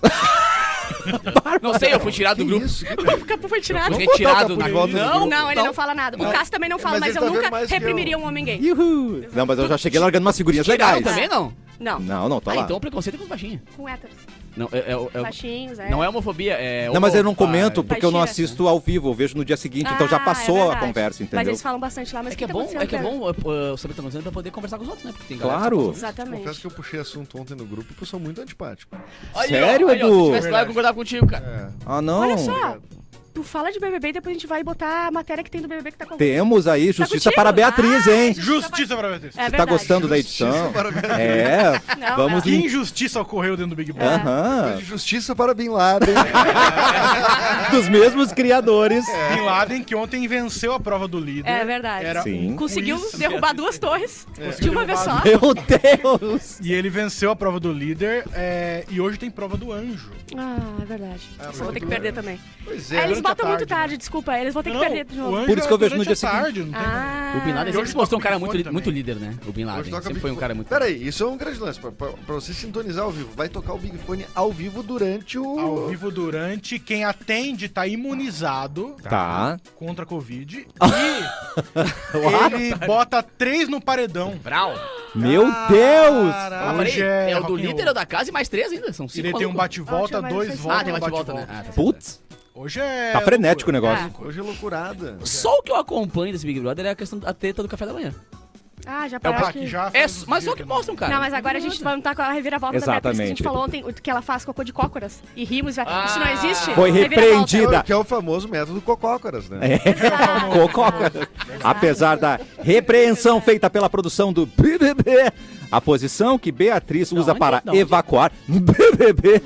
S2: Não sei, eu fui tirado do
S5: Que
S2: grupo.
S5: isso? Que-
S3: O Capu foi tirado.
S2: Fui retirado
S5: Vamos botar
S2: na
S5: o Capu de volta no
S2: Não,
S5: grupo.
S3: Não, ele não fala nada. O Cássio também não fala,
S5: mas
S3: mas,
S5: ele tá
S3: eu
S5: vendo
S3: nunca
S5: mais que eu.
S3: reprimiria um homem gay.
S1: Uhul. Não, mas eu já cheguei largando umas figurinhas
S2: Tiraram
S1: legais.
S2: também, não?
S3: Não,
S1: Não, não, tá
S2: Ah,
S1: lá.
S2: então o preconceito é com os baixinhos.
S3: com héteros.
S2: Não, é, é, é-
S3: Baixinhos, é.
S2: não é homofobia, é...
S1: Não, mas eu não
S2: homo-
S1: comento
S2: Ah,
S1: porque eu não
S3: Baixinha.
S1: assisto ao vivo, eu vejo no dia seguinte, então já
S3: Ah, é
S1: passou a
S3: verdade.
S1: conversa,
S3: Mas
S1: entendeu?
S3: eles falam bastante lá, mas
S2: É
S3: o
S2: que é
S3: tá
S2: bom, é
S3: acontecendo,
S2: que é
S3: cara?
S2: bom uh, uh, saber o que tá acontecendo pra poder conversar com os outros, né? Porque tem galera que
S1: Claro.
S3: Exatamente.
S5: Confesso que eu puxei assunto ontem no grupo porque eu sou muito antipático.
S2: Aí, ó,
S1: Sério,
S2: aí, ó,
S1: Edu?
S2: Se tivesse lá, eu concordava contigo, cara.
S5: É.
S1: Ah, não.
S3: Olha só. Tu fala de BBB e depois a gente vai botar a matéria que tem do BBB que tá com
S1: Temos aí justiça
S3: contigo?
S1: para a Beatriz,
S3: Ah,
S1: hein?
S3: justiça
S4: Justiça pra vocês.
S3: É
S1: Você tá
S3: verdade.
S1: gostando da edição? É,
S3: Não,
S1: vamos
S4: Que
S1: limpar.
S4: injustiça ocorreu dentro do Big Brother.
S3: Ah.
S1: Aham.
S5: Mas Justiça para Bin Laden.
S1: Dos mesmos criadores.
S4: Bin Laden, que ontem venceu a prova do líder.
S3: É verdade.
S4: Era
S1: Sim.
S3: Conseguiu
S4: Isso.
S3: derrubar duas torres de uma vez só.
S1: Meu Deus!
S4: E ele venceu a prova do líder é, e hoje tem prova do anjo.
S3: Ah, é verdade. Eu vou ter que perder também.
S5: Pois
S3: É,
S5: é.
S3: eles
S4: durante a
S3: botam muito
S4: tarde,
S3: tarde, desculpa. Eles vão ter que perder de
S4: o
S3: novo.
S4: anjo
S1: Por isso que eu
S4: é
S1: vejo no
S4: durante
S1: dia
S4: a tarde, não tem como.
S3: Ah,
S2: O Bin Laden
S4: E hoje
S2: sempre mostrou um cara
S4: toca o
S2: muito,
S4: Big Fone
S2: muito
S4: também.
S2: líder, né? O Bin Laden.
S5: Hoje toca o
S2: Sempre
S5: Big
S2: foi um
S5: Fone.
S2: cara muito
S5: Pera aí, isso é um grande lance. Pra, pra- pra você sintonizar ao vivo, vai tocar o Big Fone ao vivo durante o.
S4: Ao vivo durante, quem atende tá imunizado
S1: Tá.
S4: contra a Covid. E ele bota três no paredão.
S2: Brau.
S1: Meu Deus!
S2: Ah,
S4: Hoje
S2: peraí, é,
S4: é
S2: o do
S4: rock and
S2: líder,
S4: roll.
S2: o da casa e mais três ainda. São cinco.
S4: Ele tem um
S2: malucos.
S4: bate-volta,
S3: Acho que
S4: dois
S3: vai ser
S4: volta,
S3: só-
S2: Ah, tem
S4: um
S2: bate-volta, né? Ah, tá certo.
S1: Putz,
S4: Hoje é.
S1: tá frenético o
S4: loucura.
S1: negócio.
S5: Hoje é loucurada.
S2: Só o que eu acompanho desse Big Brother é a questão da treta do café da manhã.
S3: Ah, já
S4: É o
S3: parece
S4: Pac
S3: que-
S4: já.
S2: É,
S4: faz uns
S2: mas só
S4: dias
S2: que
S4: não-
S2: mostram, cara.
S3: Não, mas agora a gente vai lutar com a reviravolta da Beatriz que a
S1: Exatamente.
S3: gente falou ontem, o que ela faz cocô de cócoras e rimos. já-
S2: Ah.
S3: Isso não existe?
S1: Foi
S3: Reviravolta.
S5: Que é,
S1: Vida.
S5: o- que é o famoso método Cocócaras, né?
S3: Ah,
S1: É. Cococa. Apesar da repreensão feita pela produção do BBB, a posição que Beatriz usa
S2: onde?
S1: para
S2: Da onde?
S1: evacuar BBB,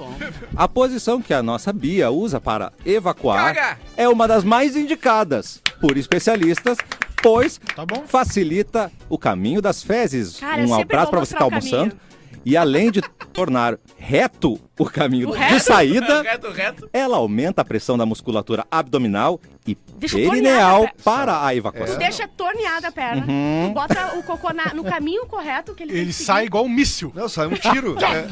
S1: a posição que a nossa Bia usa para evacuar
S2: Caga!
S1: é uma das mais indicadas por especialistas, pois
S4: Tá bom.
S1: facilita o caminho das fezes.
S3: Cara, eu
S1: um
S3: sempre
S1: abraço
S3: vou
S1: para você que está
S3: mostrar o caminho.
S1: almoçando. E além de tornar reto o caminho
S3: O
S1: de
S3: reto?
S1: saída,
S2: Reto, reto.
S1: ela aumenta a pressão da musculatura abdominal e
S3: Deixa eu
S1: perineal
S3: tornear, né?
S1: para a
S3: Tu
S1: evacuação.
S3: deixa torneada a perna, tu bota o cocô na- no caminho correto que ele, tem
S4: Ele
S3: que seguir.
S4: sai igual um míssil.
S5: Não, sai um tiro. né?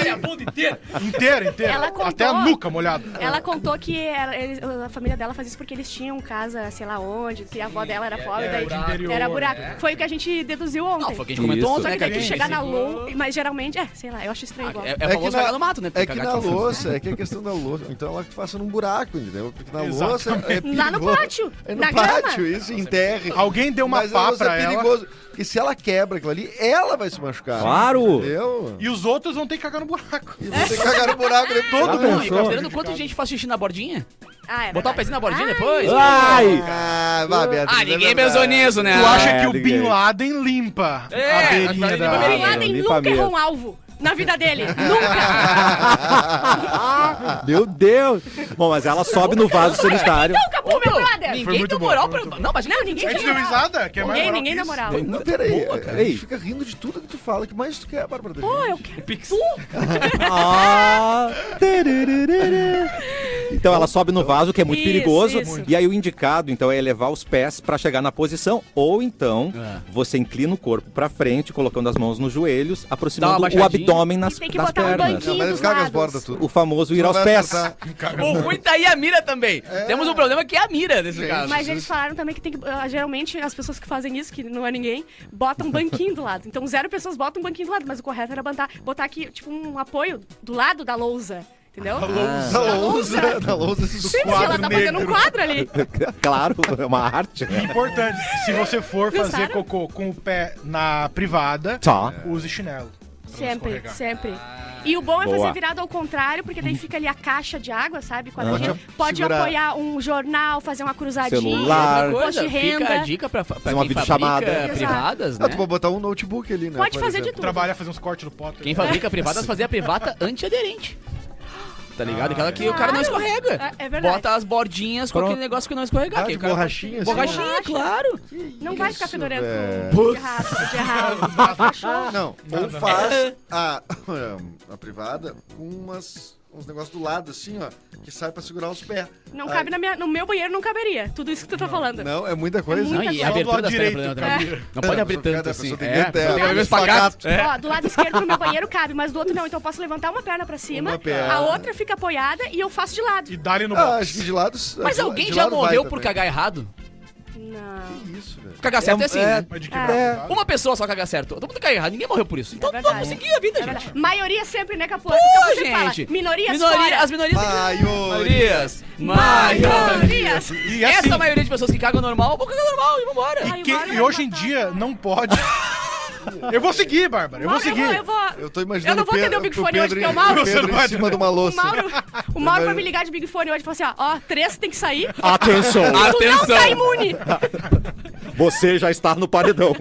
S2: Olha a bunda inteira.
S4: Inteiro, inteiro.
S3: Ela contou-
S4: Até a nuca molhada.
S3: Ela contou que ela- eles- a família dela fazia isso porque eles tinham casa, sei lá onde, que a avó dela era pobre,
S4: era
S3: daí
S4: de interior,
S3: era buraco.
S2: é né?
S3: Foi o que a gente deduziu
S2: Não,
S3: ontem.
S2: foi o que a gente comentou
S1: Isso.
S2: ontem,
S3: Só
S2: né,
S3: que
S2: cara?
S3: daí tu
S2: Que
S3: chegar na
S2: ficou-
S3: low, mas geralmente, é, sei lá, eu acho estranho igual.
S2: Ah, É,
S5: É
S2: é
S5: que
S2: famoso
S5: na-
S2: cagar no mato, né?
S5: É
S2: Porque
S5: que
S2: cagar
S5: na
S2: de calça-
S5: louça, é que a questão da louça. Então ela faça num buraco, entendeu? Porque na louça é perigoso.
S3: Lá no pátio,
S5: É no
S3: na
S5: pátio,
S3: grama.
S5: isso, em terra.
S4: Alguém deu uma
S5: Mas a
S4: pá
S5: louça
S4: pra
S5: é
S4: ela.
S5: perigoso. Porque se ela quebra aquilo ali, ela vai se machucar.
S1: Claro.
S5: Entendeu?
S4: E os outros vão ter que cagar no buraco.
S5: E você cagar no buraco né? de todo
S1: Já
S5: mundo.
S2: Não, e
S1: pensou?
S2: considerando quanto gente faz xixi na bordinha,
S3: Ah, é
S2: botar o
S3: verdade.
S2: pezinho na bordinha
S3: É.
S2: depois.
S1: Ai!
S5: Ah, vai, Beatriz.
S2: Ah,
S5: é
S2: ninguém
S5: verdade.
S2: pensou nisso, né?
S4: Tu acha que o
S1: ninguém.
S4: Bin Laden limpa
S2: É,
S4: a
S2: mas
S4: beirinha
S2: ele
S4: da...
S2: vai
S3: Bin
S2: bem.
S3: Laden
S1: Limpa
S3: nunca
S1: mesmo.
S3: errou um alvo na vida dele. nunca.
S1: Meu Deus! Bom, mas ela sobe no vaso sanitário.
S3: Acabou, meu brother.
S2: Ninguém
S4: Foi
S2: deu
S4: muito
S2: moral
S4: bom, foi
S2: pra. Não, mas
S3: Não, ninguém
S4: A gente
S3: deu
S4: deu
S3: moral.
S4: risada, que é mais
S3: Ninguém,
S4: moral
S3: ninguém
S4: que
S3: deu
S4: isso.
S3: moral.
S5: Não, peraí. A
S1: Ei.
S5: gente fica rindo de tudo que tu fala. que mais tu quer, Bárbara? da
S3: Pô, é
S5: gente?
S3: eu quero tu.
S1: Ah, terererê. Então ela sobe no vaso, que é muito
S3: Isso,
S1: perigoso.
S3: isso.
S1: E aí o indicado, então, é elevar os pés para chegar na posição. Ou então,
S2: É.
S1: você inclina o corpo para frente, colocando as mãos nos joelhos, aproximando o
S2: baixadinha.
S1: abdômen nas,
S3: E tem que
S1: das
S3: botar um
S1: pernas.
S3: banquinho.
S5: Não, mas
S3: dos
S5: ele caga as
S3: lados.
S5: bordas tudo.
S1: O famoso ir aos
S5: Vai
S1: pés.
S5: acertar.
S2: O ruim tá aí a mira também. Temos um problema que é a mira nesse
S5: Gente.
S2: caso.
S3: Mas eles falaram também que tem que. ah, geralmente as pessoas que fazem isso, que não é ninguém, botam um banquinho do lado. Então zero pessoas botam um banquinho do lado, mas o correto era botar, botar aqui, tipo, um apoio do lado da lousa. Entendeu?
S5: tá?
S1: Ah.
S5: Da lousa, da lousa, esse do
S3: Sim,
S5: quadro
S3: ela tá
S5: negro.
S3: fazendo um quadro ali.
S1: Claro, é uma arte. né?
S4: Importante, se você for fazer
S3: Pensaram?
S4: cocô com o pé na privada, é,
S1: Tá.
S4: use chinelo. pra não
S3: Sempre,
S4: escorregar.
S3: sempre. E o bom é
S1: Boa.
S3: fazer virado ao contrário, porque daí fica ali a caixa de água, sabe? Com a
S1: Aham.
S3: gente pode
S5: Segurar.
S3: apoiar um jornal, fazer uma cruzadinha.
S1: Celular.
S2: Outra
S3: Imposto de
S2: coisa, fica a
S3: renda.
S2: dica pra, pra
S1: Fazer uma
S2: quem
S1: videochamada.
S2: fabrica
S3: Exato.
S2: privadas, né?
S5: Ah, tu pode botar um notebook ali, né?
S3: Pode
S5: por
S3: fazer de
S5: exemplo.
S3: tudo.
S4: Trabalha, fazer uns cortes no pote.
S2: Quem fabrica privadas fazer a privata antiaderente. Tá ligado? Aquela que o cara não
S3: Claro.
S2: escorrega.
S3: É- é verdade.
S2: Bota as bordinhas com
S1: Pronto.
S2: aquele negócio que não escorregar.
S5: Ah,
S2: que
S5: de
S2: o cara-
S5: borrachinha, assim.
S2: Borrachinha, claro.
S3: Não vai ficar
S5: Isso,
S3: fedorento
S1: é.
S5: velho.
S3: com de rato, de errado. Fechou?
S5: Não, ou faz a, a privada com umas, uns negócios do lado, assim, ó, que sai pra segurar os pés.
S3: Não
S5: Ai,
S3: cabe na minha, no meu banheiro, não caberia. Tudo isso que tu tá falando.
S5: Não, é muita coisa.
S2: Não,
S3: muita
S2: e
S3: coisa.
S2: a abertura
S4: Só do lado
S2: das pernas
S4: direito,
S2: pra dentro
S3: cara. tá
S2: também. Não pode abrir
S5: É, a pessoa
S2: tanto
S5: fica- a
S2: assim.
S5: pessoa tem que
S2: É,
S5: até-
S3: né?
S2: tem que abrir o espacate. É.
S3: Ó, do lado esquerdo do meu banheiro cabe, mas do outro não. Então eu posso levantar uma perna pra cima,
S5: Uma perna.
S3: a outra fica apoiada e eu faço de lado.
S4: E dá-lhe no
S5: Ah, acho que
S4: box.
S5: de lado.
S2: Mas
S5: de-
S2: alguém
S5: de
S2: já
S5: lado vai
S2: morreu por
S5: também.
S2: cagar errado?
S3: Não.
S5: Que Isso, velho.
S2: Cagar certo é, assim, né?
S4: Mas de que
S3: É.
S4: lado?
S2: Uma pessoa só caga certo. Todo mundo caga errado, ninguém morreu por isso. Então
S3: verdade.
S2: vamos seguir a vida,
S3: É
S2: gente.
S3: verdade. Maioria sempre, né,
S2: Pô,
S3: Capô? Capô sempre fala. é-
S2: gente.
S3: Minorias
S2: Minoria-
S3: fora.
S2: As minorias.
S5: Maioria.
S2: Maiorias.
S3: Maiorias.
S4: E
S2: Essa
S4: assim,
S2: maioria de pessoas que cagam normal, vão cagar normal e vambora.
S3: Ai,
S4: que-
S3: o Mauro
S4: e
S3: vai
S4: hoje em
S3: matar,
S4: dia
S3: cara.
S4: não pode. Eu vou seguir, Bárbara. Eu vou
S3: Mauro,
S4: seguir.
S3: Eu vou, eu vou.
S5: Eu tô imaginando
S3: Eu não vou
S5: o Pedro-
S3: atender o Big Fone
S5: Pedro
S3: hoje, que é o
S5: em-
S3: Mauro.
S5: Pedro em cima de uma
S3: O
S5: louça.
S3: Mauro, O Mauro vai me ligar de Big Fone hoje e falar assim: ó, ó, três tem que sair.
S1: Atenção!
S3: Tu não tá imune!
S1: Você já está no paredão.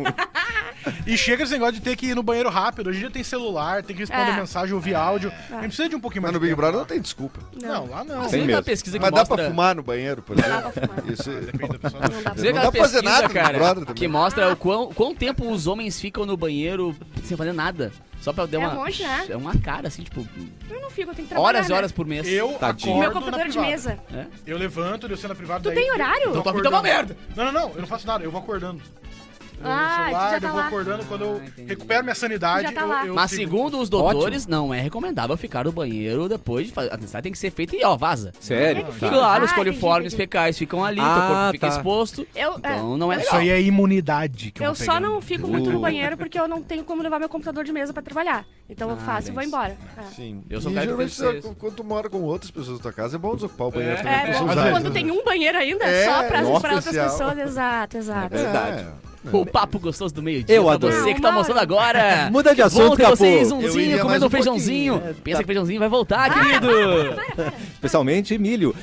S4: E chega esse negócio de ter que ir no banheiro rápido. Hoje em dia tem celular, tem que responder
S3: É.
S4: mensagem, ouvir áudio. A gente precisa de um pouquinho mais
S5: Mas no
S4: de
S5: Big
S4: tempo.
S5: Brother não tem desculpa.
S4: Não, lá não.
S1: Tem
S2: Você viu aquela
S1: mesmo.
S2: pesquisa que
S5: Mas dá
S2: mostra...
S5: pra fumar no banheiro, por exemplo?
S3: fumar.
S5: Isso
S4: É,
S5: é-
S4: Depende da pessoa.
S3: Não dá pra-
S2: Você viu
S5: Não
S2: aquela
S5: dá pra fazer
S2: pesquisa,
S5: nada,
S2: cara,
S5: brother, também.
S2: que mostra o quão, quão tempo os homens ficam no banheiro sem fazer nada. Só pra dar
S3: É
S2: uma...
S3: um monte, né?
S2: É uma cara, assim, tipo,
S3: Eu não fico, eu tenho que trabalhar.
S2: horas e
S3: né?
S2: horas por mês. É.
S4: Eu
S1: Tadinho.
S4: acordo
S3: Meu
S4: na
S3: computador de
S4: privada.
S3: mesa.
S4: Eu levanto, eu sento na privada.
S3: Tu
S4: daí-
S3: tem horário?
S4: Eu
S2: Então
S4: tô
S2: tua vida é uma
S4: acordando.
S2: merda.
S4: Não, não, não. Eu não faço nada. Eu vou acordando. Eu vou no
S3: Ah, tu já tá
S4: eu vou
S3: lá.
S4: acordando. Quando
S2: Ah,
S4: eu
S2: entendi.
S4: recupero minha sanidade,
S3: Já tá
S4: eu-
S3: lá.
S4: eu
S2: Mas
S4: sigo.
S2: segundo os doutores, não é recomendável ficar no banheiro depois de fazer. A necessidade tem que ser feita e ó, vaza.
S1: Sério?
S3: Tá.
S2: Claro, os
S3: Ah,
S2: coliformes
S3: entendi, entendi.
S2: fecais ficam ali,
S1: Ah,
S2: teu corpo fica
S1: tá.
S2: exposto.
S3: Eu, é,
S2: Então não é
S4: Isso
S2: legal.
S4: aí é imunidade que eu
S3: eu
S4: vou
S3: só
S4: pegando.
S3: não fico muito no
S1: Uh.
S3: banheiro porque eu não tenho como levar meu computador de mesa pra trabalhar. Então eu
S2: Ah,
S3: faço e vou
S2: bem.
S3: embora. É.
S5: Sim.
S2: Eu sou
S5: e
S2: cara que
S5: geralmente,
S2: deve ser
S5: quando- quando tu mora com outras pessoas da tua casa, é bom desocupar o banheiro também.
S3: É,
S5: pra
S3: bom,
S5: você usar,
S3: quando
S5: né?
S3: tem um banheiro ainda,
S5: É,
S3: só pra,
S5: nossa,
S3: pra outras
S5: especial.
S3: pessoas. Exato, exato.
S5: É,
S1: Verdade.
S2: O papo gostoso do meio-dia
S1: Eu
S2: pra
S1: adorei.
S2: você que tá
S3: Não,
S2: almoçando
S3: Mauro.
S2: agora.
S1: Muda de
S2: Que bom
S1: assunto,
S2: ter vocês,
S1: Capu.
S5: Eu
S2: umzinho,
S5: iria mais
S2: comendo
S5: um
S2: um feijãozinho.
S5: pouquinho.
S2: Pensa que o feijãozinho vai voltar, querido.
S1: Especialmente milho.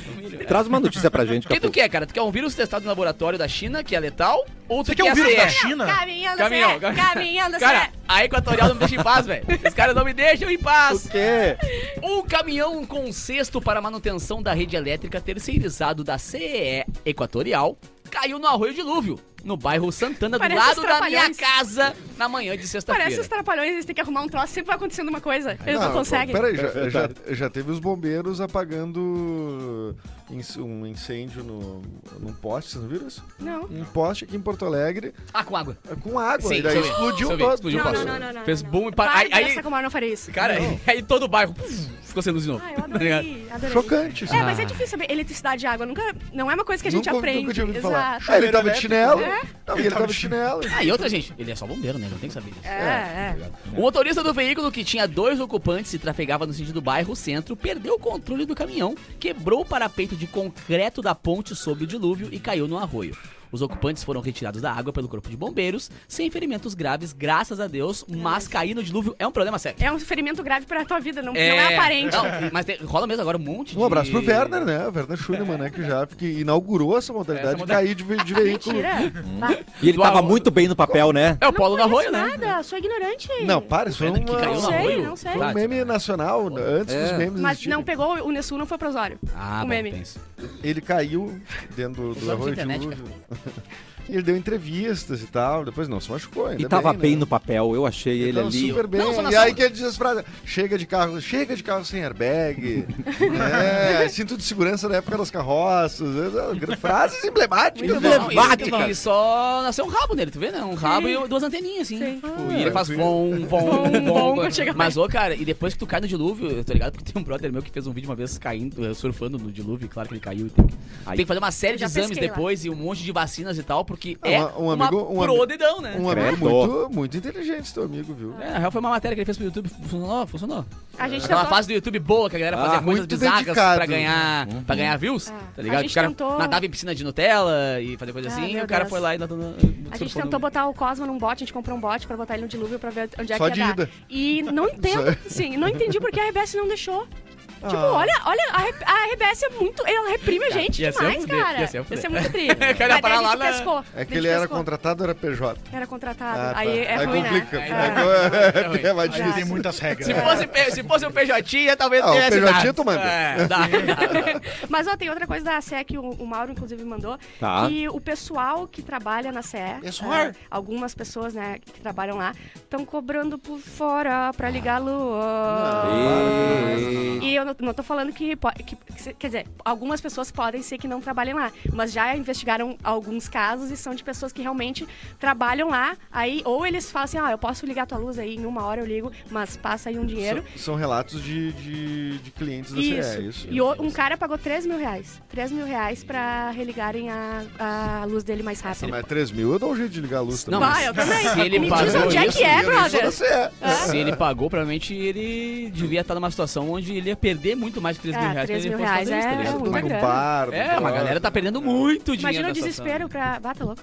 S1: Traz uma notícia pra gente,
S3: Ah!
S2: Quem
S1: Capu.
S2: tu quer, cara? Tu quer um vírus testado no laboratório da China, que é letal? Ou tu
S4: Você
S2: quer,
S4: quer um
S3: assim,
S4: vírus
S2: a
S4: da
S2: CE?
S4: China?
S3: Caminhando,
S2: Caminhão,
S3: Caminhão,
S2: cam-
S3: caminhando,
S2: Cara, tá
S3: Zé.
S2: a Equatorial não me deixa em paz, velho. Os caras não me deixam em
S3: é
S2: paz.
S1: O quê?
S2: Um caminhão com cesto para manutenção da rede elétrica terceirizado da CEE Equatorial caiu no arroio dilúvio, no bairro Santana, do
S3: Parece
S2: lado
S3: os
S2: da minha
S3: trapalhões.
S2: casa, na manhã de
S3: Parece os
S2: sexta-feira.
S3: trapalhões, eles têm que arrumar um troço, sempre vai acontecendo uma coisa. Eles não,
S5: Não,
S3: conseguem.
S5: Peraí, já, já, já teve os bombeiros apagando inc- um incêndio no, num poste, vocês não viram isso?
S3: Não.
S5: Um poste aqui em Porto Alegre eh,
S2: Ah, com água.
S5: com água.
S2: Sim,
S5: e
S2: isso
S5: daí
S2: eu vi,
S5: explodiu
S2: isso eu vi,
S5: todo.
S2: explodiu.
S3: Não,
S2: passou.
S3: não, não, não, não.
S2: Fez
S3: não.
S2: boom e para-
S3: Para de
S2: aí-
S3: pensar que o Mauro não faria isso.
S2: Cara, aí todo o bairro puf, ficou sem luz de novo.
S3: Ah, eu
S2: Tá ligado?
S3: adorei, adorei.
S5: Chocante. assim.
S3: É, mas é difícil saber eletricidade e água. Nunca, não é uma coisa que a gente
S5: nunca,
S3: aprende.
S5: Nunca tinha ouvido falar.
S3: Exato.
S5: Ah, ele tava de chinelo.
S3: né?
S5: Não, e ele tava de chinelo.
S2: Ah, e outra, gente, ele é só bombeiro, né? Não tem que saber. disso.
S3: É, é.
S2: O motorista do veículo, que tinha dois ocupantes e trafegava no sentido do bairro centro, perdeu o controle do caminhão, quebrou o parapeito de concreto da ponte sob o dilúvio e caiu no arroio. Os ocupantes foram retirados da água pelo corpo de bombeiros, sem ferimentos graves, graças a Deus, mas cair no dilúvio é um problema sério.
S3: É um ferimento grave pra tua vida, não não é, aparente.
S2: Não, mas tem- rola mesmo agora um monte de...
S5: Um abraço pro Werner, né? O Werner Schunemann, né? Que já que inaugurou essa modalidade de cair de, ve- de veículo.
S3: Ah, Mentira. Tá. Vá.
S1: E ele tava
S2: Uau.
S1: muito bem no papel, né?
S2: É o Paulo no
S3: Não
S2: arroio,
S3: conheço
S2: né?
S3: nada, sou ignorante.
S5: Não, para, isso foi
S2: Werner que caiu
S5: uma-
S2: no
S3: Não sei,
S2: arroio. Tá,
S3: não sei.
S5: um meme nacional, antes
S1: né? É.
S5: dos memes
S3: Mas
S5: existirem.
S3: não pegou o Nessuno, não foi pro Osório.
S2: Ah,
S3: o
S2: bom,
S3: Um meme.
S2: tem isso.
S5: ele caiu dentro do,
S2: Usamos
S5: do arroio de
S2: internet,
S5: luz. E ele deu entrevistas e tal, depois não, se machucou ainda
S1: E tava
S5: né?
S1: bem no papel, eu achei ele
S5: tava
S1: ali.
S5: super bem.
S2: Não, só na
S5: e aí
S2: sombra.
S5: que ele diz as frases, chega de carro, chega de carro sem airbag, é, cinto de segurança na época das carroças, é, é, frases emblemáticas.
S1: Muito bom.
S5: né?
S1: Emblemática.
S2: E só nasceu um rabo nele, tu vê, né? Um rabo e duas anteninhas, assim.
S3: Sim.
S2: Tipo, e ele faz vom, vom,
S3: Vom,
S2: vom.
S3: vom, chega
S2: Mas, ô, cara, e depois que tu cai no dilúvio, eu tô ligado porque tem um brother meu que fez um vídeo uma vez caindo, eh, surfando no dilúvio, e claro que ele caiu e tal.
S1: Aí-
S2: Tem que fazer uma série
S3: Eu
S2: de
S3: já
S2: exames
S3: pesquei lá.
S2: depois e um monte de vacinas e tal, porque
S5: Ah,
S2: é
S5: um- um
S2: uma
S5: amigo- um ami-
S2: prodedão, né?
S5: Um amigo
S1: Credo.
S5: muito, muito inteligente, teu amigo, viu?
S2: É, na real foi uma matéria que ele fez pro YouTube, funcionou, funcionou.
S3: A gente
S2: Aquela
S3: tentou-
S2: fase do YouTube boa que a galera fazia
S5: Ah,
S2: coisas
S5: muito
S2: bizarras
S5: dedicado. Uhum.
S2: pra ganhar, pra ganhar views,
S3: Ah,
S2: tá
S3: a
S2: ligado?
S3: gente
S2: O cara
S3: tentou-
S2: nadava em piscina de Nutella e fazia coisa
S3: Ah,
S2: assim, e
S3: meu
S2: o cara
S3: Deus.
S2: foi lá e nadou
S3: A gente tentou botar o Cosmo num bote, a gente comprou um bote pra botar ele no dilúvio pra ver onde é
S5: Só
S3: que
S5: de
S3: ia dar.
S5: ida.
S3: E não entendo, sim, não entendi porque a RBS não deixou.
S5: Ah.
S3: Tipo, olha, olha, a, R- a RBS é muito. Ela reprime a
S2: Cara,
S3: gente
S2: ia ser
S3: demais,
S2: um fuder,
S3: cara.
S2: ia ser um fuder.
S3: muito tri.
S2: ia
S3: Mas daí
S2: parar
S3: a gente
S2: lá na-
S3: pescou,
S5: É
S3: a
S5: que
S3: gente
S5: ele era
S3: pescou.
S5: contratado ou era PJ?
S3: Era contratado.
S5: Ah, tá.
S3: Aí é
S5: Aí
S3: ruim,
S5: complica. Aí
S3: né? É.
S5: co- é mais
S4: Aí
S5: difícil.
S4: tem muitas regras.
S2: Se fosse, pe- se fosse um PJ, talvez
S5: Ah, o
S2: tivesse
S5: PJ
S2: dado.
S5: tu manda.
S2: É, dá.
S3: Mas ó, tem outra coisa da CE que o, o Mauro, inclusive, mandou.
S1: Tá.
S3: Que o pessoal que trabalha na CE, é, algumas pessoas, né, que trabalham lá, estão cobrando por fora pra ligar a
S5: Ah,
S3: lua.
S1: E-
S3: E eu não, não tô falando que, po- que- que se- Quer dizer, algumas pessoas podem ser que não trabalhem lá, mas já investigaram alguns casos e são de pessoas que realmente trabalham lá. Aí, ou eles falam assim: ah, eu posso ligar tua luz aí, em uma hora eu ligo, mas passa aí um dinheiro.
S5: São, são relatos de, de, de clientes da
S3: Isso.
S5: CE, é isso.
S3: E o- um cara pagou 3 mil reais. 3 mil reais pra religarem a, a luz dele mais
S5: Não,
S3: rápido.
S5: mas 3 mil eu dou um jeito de ligar a luz
S2: Não,
S5: também.
S3: Ah, eu também.
S2: Se ele
S3: Me diz
S2: pagou
S3: onde é
S2: isso,
S3: que é,
S5: Eu não sou da
S3: brother.
S5: CE.
S2: Se ele pagou, provavelmente ele devia estar numa situação onde ele ia perder muito mais de 3 mil
S3: Ah,
S2: reais.
S3: 3
S2: pra ele
S3: mil
S2: fosse
S3: reais
S2: fazer isso, tá
S3: é
S2: ligado?
S3: muita
S5: Dono de um
S3: grana.
S5: bar,
S2: É, uma
S5: do bar.
S2: galera tá perdendo muito dinheiro.
S3: Imagina o
S2: nessa situação.
S3: desespero pra. Bata tá louco.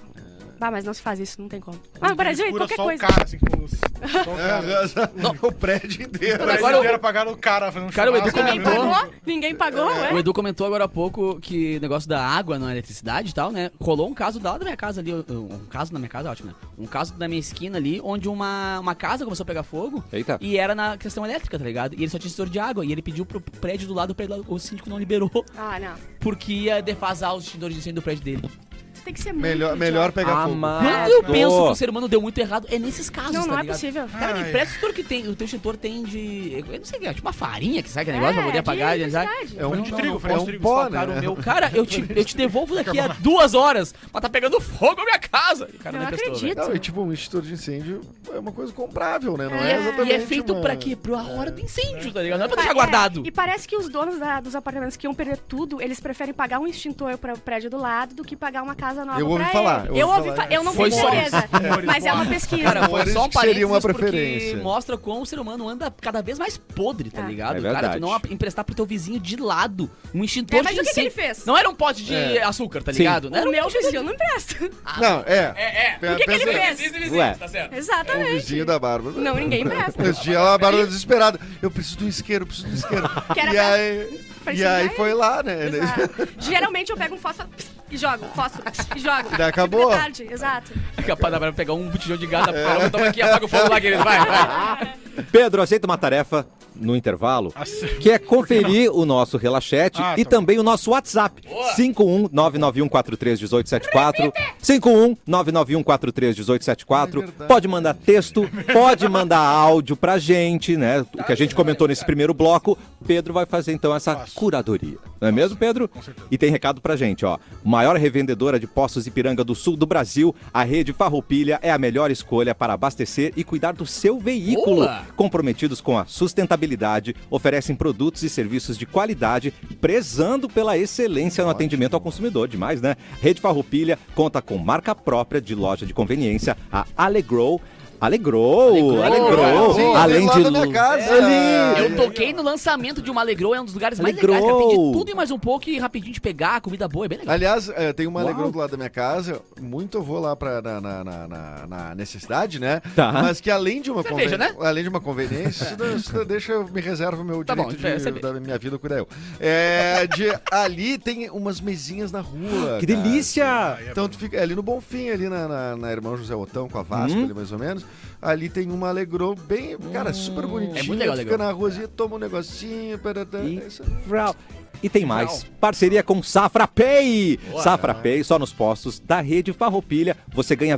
S3: Bah, mas não se faz isso, não tem como. Ah, no Brasil, em
S4: Escura
S3: qualquer
S4: só
S3: coisa.
S4: o cara, assim, com os... Só o cara.
S5: É, o prédio inteiro.
S4: Mas
S2: É. Agora
S4: agora
S2: eu-
S4: eu... pagaram o cara fazendo um
S2: Cara, o Edu
S4: churrasco,
S3: Ninguém
S4: né?
S2: comentou.
S3: pagou, ninguém pagou,
S2: O
S3: ué.
S2: Edu comentou agora há pouco que o negócio da água na eletricidade e tal, né? Rolou um caso lá da minha casa ali, um um caso na minha casa, ótimo, né? Um caso da minha esquina ali, onde uma, uma casa começou a pegar fogo
S1: Eita.
S2: e era na questão elétrica, tá ligado? E ele só tinha setor de água e ele pediu pro prédio do lado, o, prédio, do lado- o síndico não liberou
S3: Ah, não.
S2: porque ia defasar os extintores de incêndio do prédio dele.
S3: Você tem que ser muito
S5: Melhor,
S3: idiota.
S5: melhor
S1: Ah,
S5: pegar fogo.
S7: Amado.
S2: Quando eu penso que o ser humano deu muito errado, é nesses casos,
S3: Ah, Não,
S2: tá
S3: não é
S2: ligado?
S3: possível.
S2: Cara,
S4: Ai.
S2: me presta o extintor que tem, o teu extintor tem de, eu não sei o que, é, tipo uma farinha que sai que é negócio
S3: É,
S2: pra poder
S3: de
S2: apagar, de analisar.
S3: eletricidade.
S5: É um
S4: Farinha de trigo, farinha de
S5: é um
S4: trigo,
S5: pó, né?
S2: Cara, o meu. Cara, eu te, eu te devolvo daqui a duas horas, mas tá pegando fogo a minha casa. E o cara
S3: Eu
S2: não
S3: não
S2: prestou,
S3: acredito.
S2: velho.
S5: Não, e tipo, um extintor de incêdio é uma coisa comprável, né? Não
S3: É.
S5: é,
S3: E é-
S5: exatamente.
S2: E é feito
S5: uma...
S2: pra quê? Pra hora do incêndio, tá ligado? Não é pra
S3: Pa-
S2: deixar
S3: é,
S2: guardado.
S3: E parece que os donos da- dos apartamentos que iam perder tudo, eles preferem pagar um extintor para o prédio do lado do que pagar uma casa nova
S5: Eu ouvi
S3: pra
S5: falar,
S3: ele.
S5: eu
S3: Eu,
S5: ouvi
S3: ouvi
S5: falar.
S3: fa- eu não
S2: Foi
S3: tenho
S2: só
S3: certeza,
S4: Foi
S3: mas é uma
S4: só.
S3: pesquisa.
S2: Cara, foi
S5: Parece
S2: só um
S5: que seria
S2: parênteses
S5: uma
S2: porque
S5: preferência.
S2: mostra como o ser humano anda cada vez mais podre, tá
S3: É.
S2: ligado?
S1: É
S2: cara,
S1: verdade.
S2: tu não ap- emprestar pro teu vizinho de lado um extintor
S3: É, mas
S2: de
S3: o que que
S2: incê-
S3: ele fez?
S2: Não era um pote de
S5: É.
S2: açúcar, tá
S1: Sim.
S2: ligado? Não era
S3: o
S2: um
S3: meu vizinho eu não empresta.
S5: Não, é.
S2: É, é.
S5: Pe-
S3: O que, que ele
S5: pensa-
S3: fez?
S1: Ué.
S2: Tá certo.
S5: O
S3: Exatamente.
S5: vizinho É um da É um Bárbara.
S3: Não, ninguém empresta.
S5: Esse dia ela, a Bárbara desesperada. Eu preciso de um isqueiro, eu preciso de um isqueiro.
S3: Que era
S5: e
S3: pra-
S5: aí,
S3: pra
S5: e
S3: incendiar
S5: aí
S3: ele.
S5: foi lá, né?
S3: Exato. Geralmente eu pego um fósforo pss, e jogo, fósforo pss, e jogo.
S5: Daí acabou.
S3: Sempre tarde, exato.
S2: É capaz da pegar um botijão de gás, é. toma aqui, apaga o fogo lá, querido. Vai, vai.
S1: Pedro, aceita uma tarefa no intervalo, que é conferir o nosso relaxete
S4: Ah,
S1: e
S4: tá bom.
S1: também o nosso WhatsApp. 51991431874.
S4: É
S1: 51991431874. pode mandar texto, pode mandar áudio pra gente, né? O que a gente comentou nesse primeiro bloco. Pedro vai fazer então essa curadoria. Não é mesmo, Pedro? E tem recado pra gente, ó. Maior revendedora de postos Ipiranga do sul do Brasil, a rede Farroupilha é a melhor escolha para abastecer e cuidar do seu veículo.
S2: Boa!
S1: Comprometidos com a sustentabilidade, oferecem produtos e serviços de qualidade, prezando pela excelência no atendimento ao consumidor. Demais, né? Rede Farroupilha conta com marca própria de loja de conveniência, a Alegrow. Alegrou,
S2: Alegrou,
S1: alegrou.
S5: Sim,
S1: Além de
S5: tem lá na minha casa.
S1: Ali.
S2: Eu toquei no lançamento de uma Alegrou, é um dos lugares mais
S1: Alegrou.
S2: legais, cara. Tem de tudo e mais um pouco e rapidinho de pegar, comida boa, é bem legal.
S5: Aliás, eh, tem uma
S1: Uau.
S5: alegrão do lado da minha casa. Muito eu vou lá pra, na, na- na- na- na necessidade, né?
S1: Tá.
S5: Mas que além de uma
S2: Cerveja,
S5: conven- Além de uma conveniência, isso não- isso não deixa eu me reservo meu
S2: né? Tá
S5: direito
S2: bom, é,
S5: de,
S2: cerveja.
S5: da minha vida cuidar eu. É, de, ali tem umas mesinhas na rua.
S1: Que
S5: cara.
S1: delícia!
S5: Então tu fica ali no Bonfim, ali na, na, na Irmão José Otão, com a Vasco
S1: Uhum.
S5: ali mais ou menos. Ali tem uma Alegrou bem, cara,
S1: Hum.
S5: super bonitinha.
S2: É muito legal,
S5: Fica
S2: Alegrou.
S5: na ruazinha, toma um negocinho. Parata, é isso aí.
S1: Frau. E tem mais, parceria com Safra Pay. Safra Pay, só nos postos da rede Farroupilha, você ganha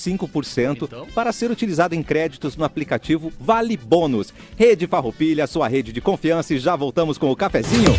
S1: 25%
S2: Então?
S1: para ser utilizado em créditos no aplicativo Vale Bônus. Rede Farroupilha, sua rede de confiança e já voltamos com o cafezinho.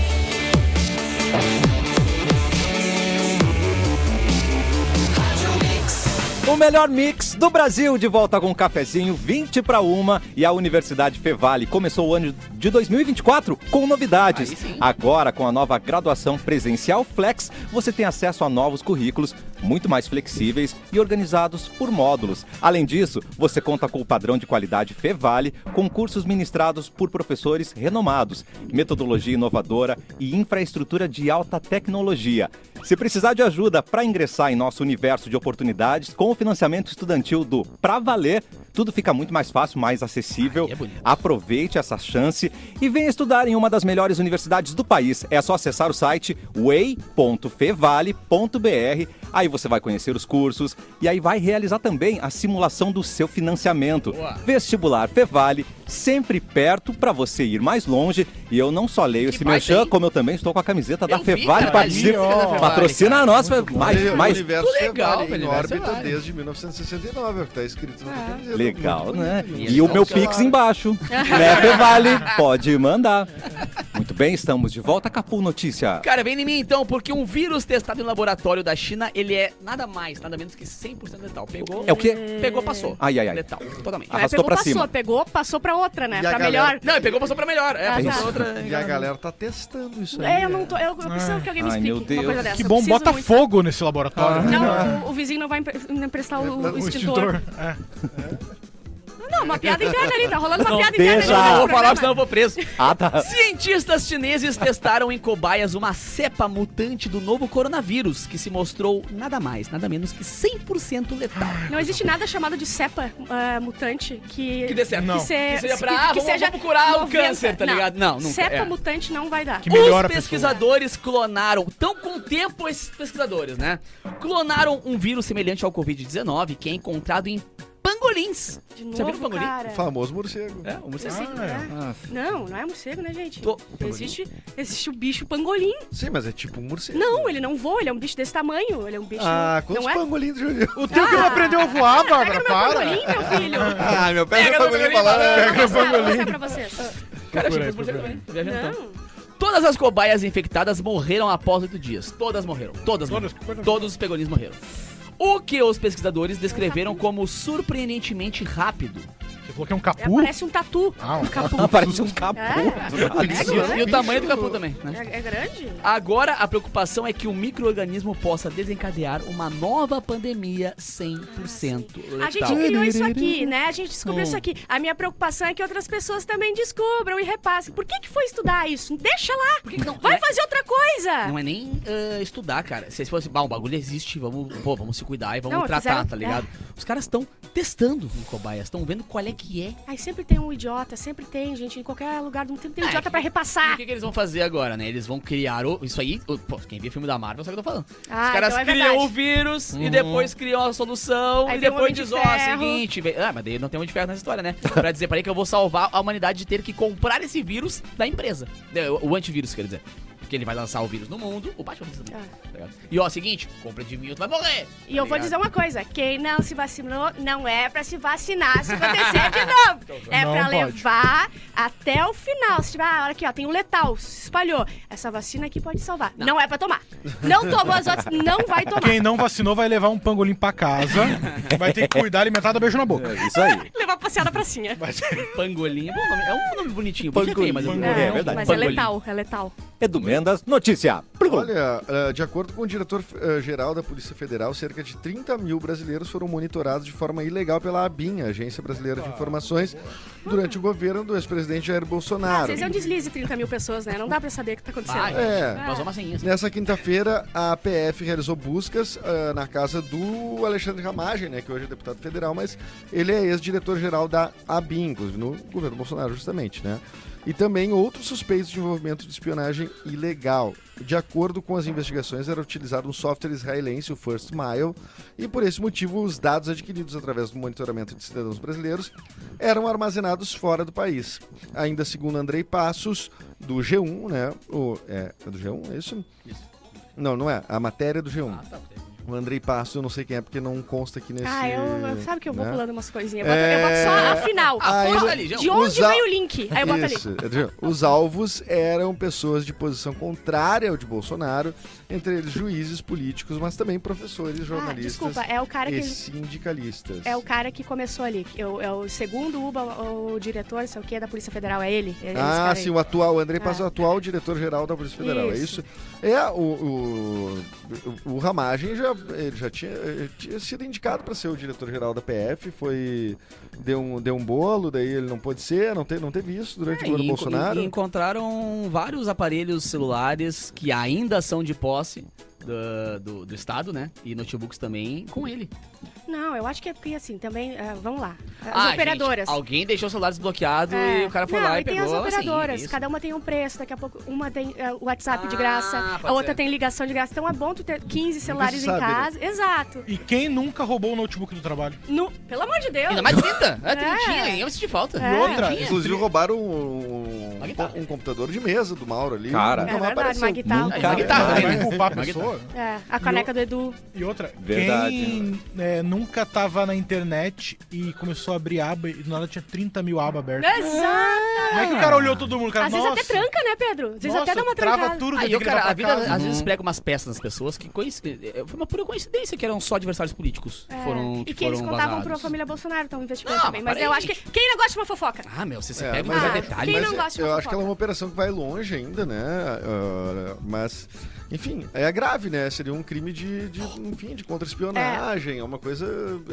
S1: O melhor mix do Brasil de volta com um cafezinho 20 para uma e a Universidade Fevale começou o ano de 2024 com novidades.
S2: Aí sim.
S1: Agora com a nova graduação presencial Flex, você tem acesso a novos currículos muito mais flexíveis e organizados por módulos. Além disso, você conta com o padrão de qualidade Fevale, com cursos ministrados por professores renomados, metodologia inovadora e infraestrutura de alta tecnologia. Se precisar de ajuda para ingressar em nosso universo de oportunidades com o financiamento estudantil do Pra Valer, tudo fica muito mais fácil, mais acessível.
S2: Ai, é bonito.
S1: Aproveite essa chance e venha estudar em uma das melhores universidades do país. É só acessar o site way.fevale.br. Aí você vai conhecer os cursos e aí vai realizar também a simulação do seu financiamento.
S2: Boa.
S1: Vestibular Fevale, sempre perto para você ir mais longe. E eu não só leio
S2: Que
S1: esse
S2: baita,
S1: merchan,
S2: hein?
S1: como eu também estou com a camiseta da
S2: Eu vi,
S1: Fevale
S2: cara,
S1: participa.
S2: ali, ó.
S1: Patrocina a nossa, mais,
S5: Olha, o
S1: mais
S5: universo
S2: Muito legal,
S5: Fevale,
S2: velho,
S5: em
S2: vai,
S5: órbita
S2: vai.
S5: desde 1969, é o que tá escrito na camiseta.
S1: Legal,
S5: Muito
S1: né?
S5: bonito,
S1: E o meu
S5: Então, sei lá,
S1: Pix embaixo. Lepe Vale, pode mandar. Muito bem, estamos de volta. Capu Notícia.
S2: Cara, vem em mim então, porque um vírus testado em laboratório da China, ele é nada mais, nada menos que 100% letal. Pegou,
S1: É o quê?
S2: Pegou, passou.
S1: Ai, ai, ai.
S2: Letal, totalmente.
S1: Ah.
S3: Não é,
S1: Arrastou
S3: pegou,
S1: pra
S3: passou,
S1: cima.
S3: pegou, passou pra outra, né?
S5: E a
S3: pra
S5: galera-
S3: melhor.
S2: Não, ele pegou, passou pra melhor. É,
S3: Ah,
S2: passou
S3: tá.
S2: pra outra.
S5: E a galera tá testando isso aí. né?
S3: É, eu não tô. Eu, eu preciso que alguém me
S1: Ai,
S3: explique
S1: meu Deus.
S3: uma coisa dessa.
S4: Que
S3: eu
S4: bom,
S3: preciso
S4: bota
S3: muito.
S4: fogo nesse
S2: Ah.
S4: laboratório. né?
S3: Não, o, o vizinho não vai empre- emprestar o, o
S5: O
S4: O
S3: extintor.
S4: extintor. É.
S3: Não, uma piada interna ali, tá rolando uma
S2: Não,
S3: piada interna
S2: deixa,
S3: ali.
S2: eu
S3: no
S2: vou falar,
S3: programa.
S2: senão eu vou preso.
S1: Ah, tá.
S2: Cientistas chineses testaram em cobaias uma cepa mutante do novo coronavírus, que se mostrou nada mais, nada menos que 100% letal.
S3: Não existe nada chamado de cepa ah, mutante que.
S2: Que dê certo.
S4: Não.
S3: Que, se-
S2: Que seja pra,
S3: que-
S2: ah,
S3: que
S2: vamos-
S3: seja
S2: vamos curar o
S3: 90.
S2: câncer, tá ligado? Não, nunca,
S3: Cepa
S2: é.
S3: mutante não vai dar.
S4: Que melhora a
S2: Os
S4: pessoa.
S2: pesquisadores clonaram, tão com tempo esses pesquisadores, né? Clonaram um vírus semelhante ao Covid-19 que é encontrado em pangolins.
S3: De
S2: Você viu
S3: novo,
S2: o pangolim?
S3: cara. né?
S5: Famoso morcego.
S2: É, um morcego.
S4: Ah, é.
S3: Não, não é morcego, né, gente?
S2: Tô-
S3: Existe, existe o bicho pangolim.
S5: Sim, mas é tipo um morcego.
S3: Não, ele não voa, ele é um bicho desse tamanho. Ele é um bicho.
S5: Ah, quantos
S3: não é?
S5: pangolinhos tu já viu?
S4: O teu que não
S3: Ah.
S4: aprendeu a voar, Bárbara, para.
S3: pangolim, meu filho.
S5: Ah, meu, pega,
S2: Pega
S5: o
S2: no
S5: pangolim pra
S2: pangolim,
S5: lá.
S3: Eu
S5: né?
S3: vou mostrar, vou mostrar pra vocês.
S2: Cara, achei que
S4: Procura aí,
S2: os morcegos
S4: procura aí.
S2: também. tô viajando, então.
S3: Não.
S2: Todas as cobaias infectadas morreram após oito dias. Todas morreram. Todas,
S4: Todas?
S2: morreram. Todos os pegolins morreram. O que os pesquisadores descreveram como surpreendentemente rápido.
S4: Você falou que é um
S3: É,
S4: capu?
S3: Parece um tatu.
S4: Ah, um
S1: Ah, Parece um capô.
S3: É.
S1: do nada.
S3: É
S2: E, o- e o
S3: grande.
S2: tamanho do capô também, né?
S3: É, é grande?
S2: Agora, a preocupação é que o microorganismo possa desencadear uma nova pandemia 100% letal.
S3: A gente criou isso aqui, né? A gente descobriu
S2: Hum.
S3: isso aqui. A minha preocupação é que outras pessoas também descubram e repassem. Por que que foi estudar isso? Deixa lá.
S2: Por que que não-
S3: Vai
S2: não é-
S3: fazer outra coisa.
S2: Não é nem ah, estudar, cara. Se eles fossem, bah, o bagulho existe, vamos, pô, vamos se cuidar e vamos
S3: Não,
S2: tratar,
S3: fizeram- é.
S2: tá ligado? Os caras estão testando em cobaias, estão vendo qual é que é.
S3: Aí sempre tem um idiota, sempre tem, gente. Em qualquer lugar do mundo sempre tem um
S2: Ah,
S3: idiota
S2: que-
S3: pra
S2: E o
S3: repassar.
S2: que, que eles vão fazer agora, né? Eles vão criar o. Isso aí, o- pô, quem vê filme da Marvel sabe o que eu tô falando.
S3: Ah,
S2: Os caras
S3: então é
S2: criam
S3: verdade. Uhum.
S2: o vírus e depois criam a solução
S3: Aí
S2: e
S3: vem o
S2: depois
S3: Homem de
S2: diz, ó, é o
S3: Ferro.
S2: seguinte. vem- Ah, mas daí não tem onde de ferro nessa história, né? pra dizer pra ele que eu vou salvar a humanidade de ter que comprar esse vírus da empresa. É, O, o antivírus, quer dizer. Porque ele vai lançar o vírus no mundo, o Batman vai lançar no mundo. tá ligado? E ó, seguinte, compra de mim, ou tu vai morrer. tá
S3: Ah. E eu vou
S2: ligado?
S3: dizer uma coisa: quem não se vacinou não é pra se vacinar se acontecer de novo. É
S4: Não
S3: pra
S4: pode.
S3: levar até o final. Se tiver, ah, olha aqui, ó, tem um letal, se espalhou. Essa vacina aqui pode salvar. Não, é pra tomar. Não tomou as outras, não vai tomar.
S4: Quem não vacinou vai levar um pangolim pra casa. Vai ter que cuidar, alimentar, dar beijo na boca.
S1: É Isso aí.
S3: Levar passear na pracinha.
S2: Pangolim é, bom nome, é um nome bonitinho. Pangolim,
S1: Pangolim.
S2: mas um
S1: Pangolim,
S4: É,
S1: é verdade.
S3: Mas
S2: Pangolim.
S3: é letal, é letal.
S1: Edu Mendas, notícia. Plum.
S5: Olha, eh, de acordo com o diretor-geral da Polícia Federal, cerca de 30 mil brasileiros foram monitorados de forma ilegal pela ABIN, Agência Brasileira de Informações, durante o governo do ex-presidente Jair
S3: Às
S5: Bolsonaro.
S3: vezes é um deslize 30 mil pessoas, né? Não dá pra saber o que tá acontecendo.
S2: Vai,
S5: É.
S2: Nós vamos assim, assim.
S5: Nessa quinta-feira, a PF realizou buscas ah, na casa do Alexandre Ramagem, né, que hoje é deputado federal, mas ele é ex-diretor-geral da ABIN, inclusive no governo Bolsonaro, justamente, né? E também outros suspeitos de envolvimento de espionagem ilegal. De acordo com as investigações, era utilizado um software israelense, o First Mile, e por esse motivo os dados adquiridos através do monitoramento de cidadãos brasileiros eram armazenados fora do país. Ainda segundo Andrei Passos, do G1, né? O, é, é do G1, é isso? Não, não é. A matéria é do G1.
S2: Ah, tá.
S5: O Andrei Passos, eu não sei quem é, porque não consta aqui nesse...
S3: Ah, eu, eu- sabe que eu vou
S5: né?
S3: pulando umas coisinhas. Eu boto,
S5: É.
S3: eu boto só a final.
S5: Ah,
S2: Aposta
S5: ainda-
S2: ali, já.
S3: De onde
S5: Usa-
S3: veio o link? Aí eu boto
S5: Isso,
S3: ali. Ah,
S5: é do G1. Os alvos eram pessoas de posição contrária ao de Bolsonaro, entre eles juízes, políticos, mas também professores,
S3: Ah,
S5: jornalistas
S3: desculpa, é o cara
S5: e
S3: que.
S5: sindicalistas.
S3: É o cara que começou ali. Eu, é o segundo Uba, o diretor, sei o que, da Polícia Federal, é ele? É esse cara
S5: Ah,
S3: aí.
S5: sim, o atual, o André Passos,
S3: Ah.
S5: o atual diretor-geral da Polícia Federal,
S3: Isso.
S5: é isso? É, o, o, o Ramagem já, ele já tinha, eh, tinha sido indicado para ser o diretor-geral da PF, foi, deu um, deu um bolo, daí ele não pôde ser, não, te, não teve isso durante o
S2: É,
S5: governo
S2: e enco-
S5: Bolsonaro.
S2: e encontraram vários aparelhos celulares que ainda são de posse do, do, do Estado, né? E notebooks também com ele.
S3: Não, eu acho que é porque assim, também. ah, vamos lá. As
S2: Ah,
S3: operadoras.
S2: gente, alguém deixou o celular desbloqueado
S3: É.
S2: e o cara foi
S3: Não,
S2: lá e,
S3: e tem
S2: pegou.
S3: as
S2: assim,
S3: operadoras,
S2: isso.
S3: cada uma tem um preço, daqui a pouco uma tem é, o WhatsApp de
S2: Ah,
S3: graça,
S2: pode
S3: a outra
S2: ser.
S3: tem ligação de graça. Então é bom tu ter 15 celulares
S5: sabe,
S3: em
S5: né?
S3: casa. Exato.
S4: E quem nunca roubou o notebook do trabalho?
S3: No, pelo amor de Deus.
S2: Ainda mais 30. É, 30.
S3: É.
S2: Eu senti falta.
S3: É. E
S4: outra,
S2: Trintinha.
S5: Inclusive roubaram um, um-
S2: Uma guitarra.
S5: um computador de mesa do Mauro ali.
S1: Cara.
S5: nunca
S3: É
S5: mais
S3: verdade,
S5: apareceu.
S3: uma guitarra.
S1: Nunca
S2: É, uma guitarra
S4: Vai,
S2: também,
S4: tá, vai
S2: né?
S4: culpar a
S2: Uma
S4: pessoa?
S3: É, a caneca do Edu.
S4: E outra,
S1: Verdade,
S4: quem é, nunca tava na internet e começou a abrir aba e do nada tinha 30 mil abas abertas?
S3: Exato.
S4: Como é que o cara
S2: Ah.
S4: olhou todo mundo? O Cara,
S3: Às vezes até
S4: "Nossa,
S3: tranca, né, Pedro? Às vezes
S4: nossa,
S3: até dá uma
S4: trava
S3: trancada.
S4: tudo, tem
S2: Aí
S4: que
S2: o cara,
S4: ligar pra
S2: a vida
S4: casa. né?
S2: às vezes prega umas peças nas pessoas que coinci- eh, foi uma pura coincidência que eram só adversários políticos.
S3: É.
S2: Foram,
S3: e que eles
S2: foram
S3: contavam
S2: vazados.
S3: pra família Bolsonaro, estão investigando
S2: Não,
S3: também.
S2: mas
S3: Mas eu
S2: peraí,
S3: acho que. Quem não gosta de uma fofoca?
S2: Ah, meu, você se
S5: É,
S2: pega
S5: mas
S2: em
S5: é-
S2: detalhe.
S3: Quem
S5: mas
S3: não
S5: é-
S3: gosta de
S5: eu
S3: uma
S5: acho que
S3: fofoca?
S5: ela é uma operação que vai longe ainda, né? Ah, mas Enfim, é grave, né? Seria um crime de, de enfim, de contra-espionagem. É. uma coisa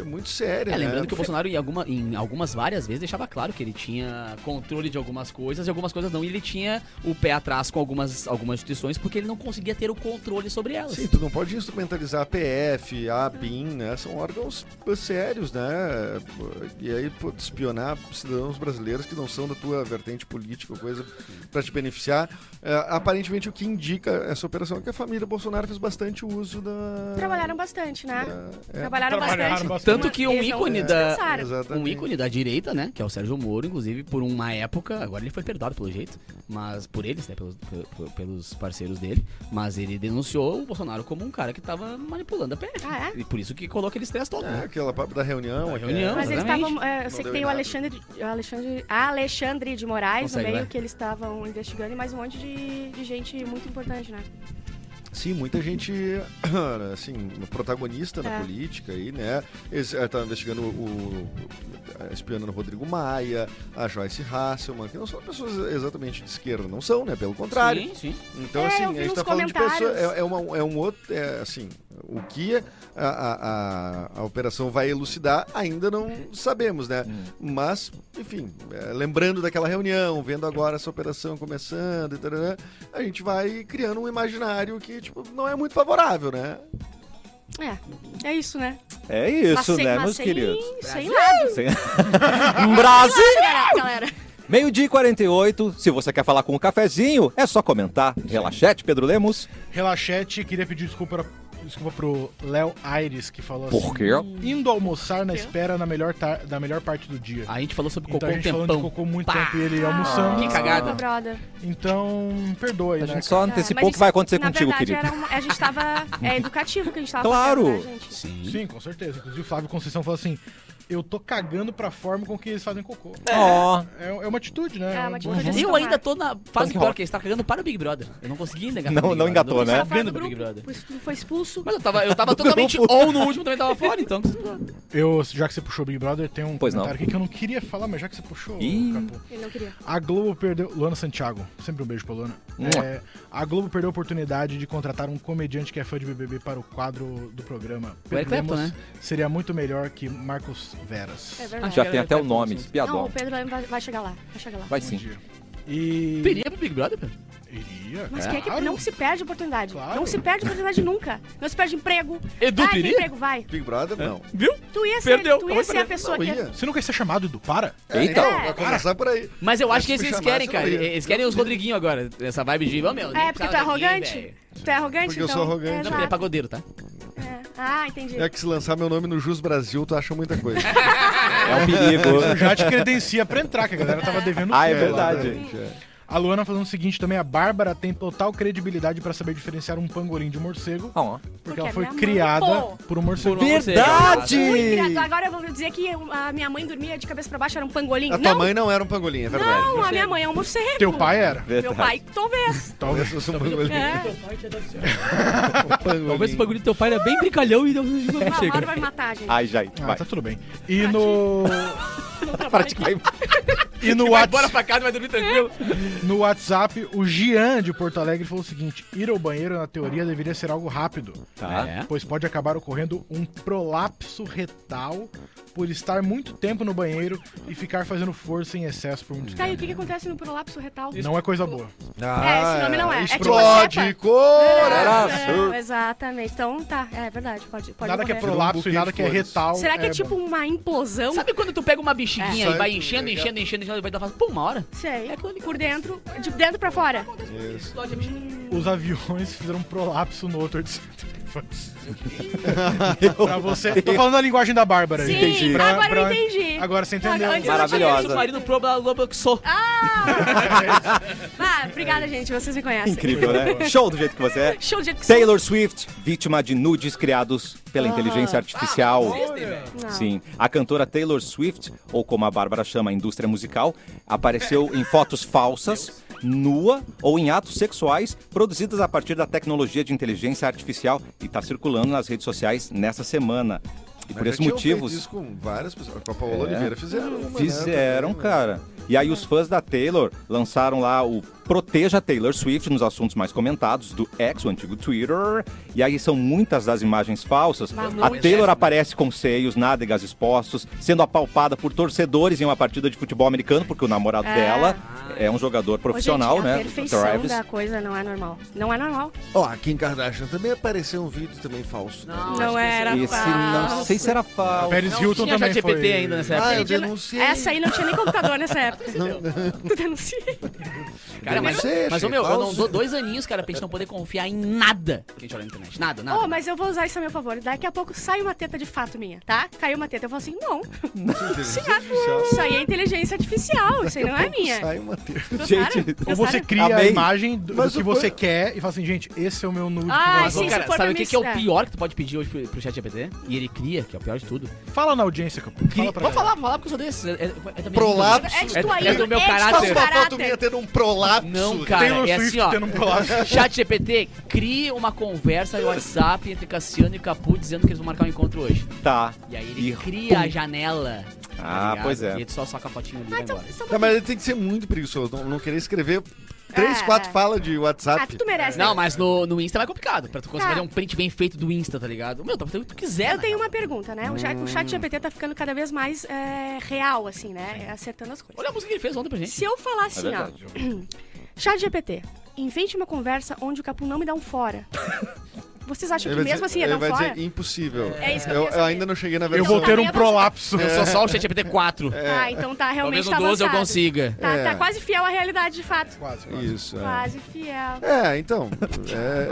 S5: muito séria,
S2: É, lembrando
S5: né?
S2: que o Bolsonaro, em, alguma, em algumas várias vezes, deixava claro que ele tinha controle de algumas coisas e algumas coisas não. E ele tinha o pé atrás com algumas, algumas instituições porque ele não conseguia ter o controle sobre elas. Um
S5: Sim, tu não pode instrumentalizar a PF, a ABIN, né? São órgãos pô, sérios, né? Pô, E aí, pô, tu espionar cidadãos brasileiros que não são da tua vertente política ou coisa pra te beneficiar. É, aparentemente, o que indica essa operação é que a família Bolsonaro fez bastante uso da...
S3: Trabalharam bastante, né?
S5: é.
S3: Trabalharam,
S4: Trabalharam
S3: bastante.
S4: bastante.
S2: Tanto que um
S3: Eles não
S2: ícone
S3: descansaram.
S2: da.
S5: Exatamente.
S2: Um ícone da direita, né? Que é o Sérgio Moro, inclusive, por uma época. Agora ele foi perdoado pelo jeito, mas por eles, né? Pelos, pe- pe- pelos parceiros dele. Mas ele denunciou o Bolsonaro como um cara que tava manipulando a PF.
S3: Ah, é?
S2: E por isso que coloca ele estresse todo,
S5: É,
S2: né?
S5: aquela papo da reunião.
S2: Da
S5: aquela-
S2: reunião. né?
S3: Mas eles
S2: Exatamente.
S3: estavam. é, eu
S5: deu
S3: sei que tem o
S5: nada.
S3: Alexandre, de- o Alexandre, Alexandre de Moraes
S2: Consegue, né?
S3: no meio
S2: vai.
S3: que eles estavam investigando e mais um monte de, de gente muito importante, né?
S5: Sim, muita gente, assim, protagonista na
S3: É.
S5: política aí, né? Eles eh, tá investigando o, o- eh, espionando o Rodrigo Maia, a Joyce Hasselman, que não são pessoas exatamente de esquerda, não são, né? Pelo contrário.
S2: Sim, sim.
S5: Então,
S3: É,
S5: assim,
S3: eu
S5: a
S3: vi
S5: gente
S3: uns
S5: tá falando de pessoas.
S3: comentários.
S5: É, é uma- é um outro. é, assim, o que a, a- a- a operação vai elucidar ainda não sabemos, né?
S2: Hum.
S5: Mas, enfim, é, lembrando daquela reunião, vendo agora essa operação começando, e tarará, a gente vai criando um imaginário que, tipo, não é muito favorável, né?
S3: É. É isso, né?
S1: É isso,
S3: Mas sem-
S1: né,
S3: mas
S1: meus
S3: sem-
S1: queridos?
S3: Sem
S2: Brasil.
S3: nada,
S1: Sem- Brasil!
S3: galera, galera.
S1: Meio-dia e 48. Se você quer falar com o cafezinho, é só comentar. Relaxete, Pedro Lemos.
S4: Relaxete, queria pedir desculpa, pra- desculpa pro Léo Aires, que falou assim...
S1: Por quê?
S4: Indo almoçar na
S3: Por quê?
S4: espera na melhor tar- da melhor parte do dia.
S2: A gente falou sobre
S4: Então
S2: cocô
S4: a
S2: um
S4: gente falando de
S2: tempão.
S4: cocô muito
S2: Pá!
S4: tempo e ele almoçando.
S2: Que cagada.
S3: Desculpa, brother.
S4: Então, perdoa aí,
S1: A
S4: né?
S1: gente
S4: cara?
S1: só
S3: É,
S1: antecipou
S3: mas
S1: o que vai acontecer
S3: isso, na
S1: contigo,
S3: verdade,
S1: querido.
S3: era uma- a gente tava. É educativo que a gente tava
S1: Claro. Tá
S3: fazendo, né, gente?
S2: Sim.
S4: Sim, com certeza. Inclusive o Flávio Conceição falou assim, eu tô cagando pra forma com que eles fazem cocô.
S1: Ó,
S4: É, é uma atitude, né?
S3: É uma atitude
S4: Uhum.
S3: de-
S2: Eu ainda tô na fase
S1: Punk
S2: pior
S1: rock.
S2: que ele tá cagando para o Big Brother. Eu não consegui negar.
S1: Não-
S2: pro Big
S1: não
S2: Brother.
S1: engatou, né?
S2: Eu
S3: Tava
S2: tô
S3: fora do
S2: cagando pro Big
S3: grupo,
S2: Brother.
S3: Foi expul- foi expulso.
S2: Mas eu tava, eu tava totalmente on no último, também tava fora, então.
S4: Eu, já que você puxou o Big Brother, tem um
S1: Pois não.
S4: comentário aqui que eu não queria falar, mas já que você puxou,
S1: Ih.
S4: Capô.
S3: Ele não queria. É
S4: A Globo perdeu. Luana Santiago, sempre um beijo pra Luana.
S1: Mua.
S4: É, a Globo perdeu a oportunidade de contratar um comediante que é fã de BBB para o quadro do programa.
S2: Eric Clapton,
S1: né?
S4: Lemos Seria muito melhor que Marcos Veras.
S3: É
S2: Ah,
S3: verdade.
S1: já tem até o nome,
S3: Não,
S1: espiadão.
S3: o Pedro vai, vai chegar lá. Vai chegar lá.
S1: Vai
S4: Bom
S1: sim.
S4: dia. E.
S2: Teria pro é Big Brother, Pedro?
S4: Iria,
S3: Mas
S4: claro.
S3: quem é que não se perde oportunidade?
S4: Claro.
S3: Não se perde oportunidade nunca. Não se perde emprego.
S2: Edu
S3: Vai, tem
S2: teria?
S3: emprego, vai.
S5: Big Brother, não.
S2: Viu?
S3: Tu ia ser,
S2: Perdeu,
S3: tu
S2: acabou
S3: ia
S2: de
S3: ser a
S2: perder.
S3: pessoa
S5: Não
S3: que ia... É,
S5: ia.
S4: Você não quer ser chamado, Edu? Para!
S5: É,
S1: Eita.
S5: Então, vai começar por aí.
S2: Mas eu acho
S5: Mas
S2: que
S5: se
S2: eles
S5: chamasse,
S2: querem,
S5: eu
S2: cara.
S5: não ia.
S2: Eles querem os Rodriguinho agora. Essa vibe de. "Ô, meu,
S3: É, porque tu é arrogante? Tu é arrogante,
S5: Porque eu
S3: então?
S5: sou arrogante.
S3: É,
S2: Não, ele é
S3: exato.
S2: pagodeiro, tá?
S3: É. Ah, entendi.
S5: É que se lançar meu nome no Jus Brasil, tu acha muita coisa.
S3: Ah.
S1: É um perigo.
S4: Já te credencia pra entrar, que a galera tava devendo
S1: Ah, é
S4: tudo lá,
S1: verdade.
S4: né?
S5: Exatamente, é.
S4: A Luana falando o seguinte também: a Bárbara tem total credibilidade pra saber diferenciar um pangolim de um morcego,
S1: Ah, ó.
S4: porque, ela
S3: a
S4: foi
S3: minha mãe-
S4: criada
S3: Pô!
S4: por um morcego.
S2: Por um-
S1: Verdade!
S3: Fui criado. Agora eu vou dizer que eu- a minha mãe dormia de cabeça pra baixo, era um pangolim.
S5: A tua
S3: não,
S5: mãe não era um pangolim, é verdade.
S3: não, a minha mãe é um morcego.
S4: Teu pai era.
S3: Meu pai, talvez.
S5: Talvez fosse um pangolim.
S3: É.
S5: Um pangolim.
S2: Talvez o bagulho do teu pai era bem brincalhão e não
S3: Não, a Mauro vai
S2: chega.
S3: me matar, gente.
S1: Ai, Jair,
S4: Ah,
S1: vai.
S4: tá tudo bem. E no.
S1: Para de vai.
S4: E no,
S2: Vai
S4: Whats-
S2: embora pra casa, vai dormir tranquilo.
S4: no WhatsApp, o Gian de Porto Alegre falou o seguinte: ir ao banheiro, na teoria, deveria ser algo rápido,
S1: Tá.
S2: É.
S4: pois pode acabar ocorrendo um prolapso retal por estar muito tempo no banheiro e ficar fazendo força em excesso por muito
S3: Tá, e o
S4: tempo.
S3: que, que acontece no prolapso retal?
S4: Não é coisa boa.
S3: É, esse nome não é. É tipo
S5: Ah, Explode
S3: cepa.
S5: coração.
S3: Coração, Exatamente. Então tá, é verdade, pode, pode
S4: nada que é
S3: morrer.
S4: prolapso e nada que é
S5: Buquê de
S4: retal.
S3: Será que é,
S4: bom.
S3: tipo uma implosão?
S2: Então, Sabe quando tu pega uma bexiguinha
S5: É.
S2: e vai enchendo, enchendo, enchendo, enchendo, e vai dar fase. Pô, uma hora?
S3: Sei.
S2: É quando-
S3: Por dentro, de dentro pra fora.
S5: Isso.
S2: Explode a bexiguinha.
S4: Os aviões fizeram um prolapso no outro de Pra você. Tô falando a linguagem da Bárbara
S3: Sim,
S4: aí.
S1: Entendi.
S4: Pra-
S3: agora eu
S4: pra-
S3: entendi.
S4: Agora você entendeu.
S3: Antes eu não tinha
S1: Maravilhosa.
S2: Submarino pro Lobo que sou.
S3: Ah, obrigada, gente. Vocês me conhecem.
S1: Incrível, né? Show do jeito que você é.
S3: Show de que sou.
S1: Taylor Swift, vítima de nudes criados pela inteligência artificial.
S3: Não.
S1: Sim, a cantora Taylor Swift, ou como a Bárbara chama a indústria musical, apareceu em fotos falsas, nua ou em atos sexuais produzidas a partir da tecnologia de inteligência artificial e está circulando nas redes sociais nessa semana. E por
S5: Já
S1: esses
S5: tinham
S1: motivos.
S5: feito isso com várias pessoas. Com a Paola Oliveira fizeram. uma, né,
S1: Fizeram,
S5: também, né?
S1: cara. E aí os fãs da Taylor lançaram lá o proteja Taylor Swift nos assuntos mais comentados do ex, o antigo Twitter. E aí são muitas das imagens falsas.
S3: Mas
S1: a
S3: não
S1: Taylor
S2: existe.
S1: aparece com seios, nádegas expostos, sendo apalpada por torcedores em uma partida de futebol americano, porque o namorado
S3: É.
S1: dela é um jogador profissional,
S3: Ô, gente,
S1: né?
S3: A perfeição
S1: Travis.
S3: da coisa não é normal. Não é normal.
S5: Ó, a Kim Kardashian também apareceu um vídeo também falso. Ah,
S2: Não,
S3: Não era
S1: Esse não
S3: falso.
S1: sei se é era falso.
S4: Paris Hilton
S2: tinha
S4: também
S2: ChatGPT
S4: foi...
S2: ainda nessa época.
S5: Ah, eu
S3: Gente, não-
S5: denunciei.
S3: Essa aí não tinha nem computador nessa época. Tá assim? Tu denuncia.
S2: Cara, mas,
S5: Você,
S2: mas ô,
S5: achei
S2: meu, eu
S5: falso.
S2: não dou dois aninhos, cara, pra gente não poder confiar em nada que a gente olha na internet. Nada, nada.
S3: Oh, mas eu vou usar isso a meu favor. Daqui a pouco sai uma teta de fato minha, tá? Caiu uma teta. Eu falo assim, não. Isso aí é inteligência artificial. Isso aí não é minha.
S5: Sai uma teta.
S1: Gente,
S4: Ou você
S3: Pensaram?
S4: cria
S1: Amei.
S4: a imagem do, do
S5: Mas
S4: que
S5: o-
S4: você quer e fala assim, gente, esse é o meu nude.
S3: Ah,
S4: que eu
S2: Mas, ô,
S3: sim,
S4: gosto.
S3: se
S2: cara, sabe
S3: for pra
S2: o que,
S3: mim,
S2: que é o
S3: é.
S2: pior que tu pode pedir hoje pro, pro ChatGPT? E ele cria, que é o pior de tudo.
S4: Fala na audiência, Capu. Fala pra
S2: vamos
S4: ela.
S2: falar, vamos falar, porque eu sou desses. É, é, é da minha
S5: Prolapso.
S3: É de
S2: É-
S3: tua
S2: é
S3: índole,
S2: do meu
S3: de teu
S2: caráter.
S5: Uma foto minha tendo um prolapso.
S2: Não, cara,
S4: Taylor
S2: é assim,
S4: Swift
S2: ó.
S4: tendo um prolapso.
S2: Chat GPT, crie uma conversa no WhatsApp entre Cassiano e Capu dizendo que eles vão marcar um encontro hoje.
S1: tá.
S2: E aí ele
S1: E
S2: cria a janela. tá
S1: Ah,
S2: ligado?
S1: pois é.
S2: E ele só soca a fotinha ali e
S3: Ah,
S2: vai
S3: então,
S2: embora.
S3: só um
S5: Tá, mas ele tem que ser muito preguiçoso. Não, não querer escrever três,
S3: É.
S5: quatro falas de
S3: pouquinho.
S5: WhatsApp.
S3: Ah, tu, tu merece. né?
S2: Não, mas no, no Insta é mais complicado. Pra tu conseguir
S3: Tá.
S2: fazer um print bem feito do Insta, tá ligado? Meu, dá pra fazer o que tu quiser.
S3: Eu
S2: né?
S3: tenho uma pergunta, né? O chat, o
S2: Hum.
S3: chat GPT tá ficando cada vez mais é, real, assim, né? Acertando as coisas.
S2: Olha É a música que ele fez ontem pra gente.
S3: Se eu falar
S1: É
S3: assim, ó, chat GPT, invente uma conversa onde o Capu não me dá um fora. Vocês acham
S5: Ele
S3: que
S5: vai
S3: mesmo assim
S5: dizer, ele
S3: ia dar
S5: vai
S3: um fora?
S5: dizer impossível.
S3: É isso que eu
S5: eu,
S3: queria
S5: eu
S3: saber.
S5: ainda não cheguei na
S4: Eu
S5: versão.
S4: vou ter um
S3: Também
S4: prolapso.
S5: É.
S2: Eu sou só o ChatGPT 4.
S3: Ah, então tá, realmente
S2: Talvez
S3: tá
S2: no 12 eu
S3: avançado.
S2: consiga.
S3: Tá,
S5: É.
S3: tá quase fiel à realidade, de fato.
S4: Quase, quase.
S5: Isso. É.
S3: Quase fiel.
S5: É, então.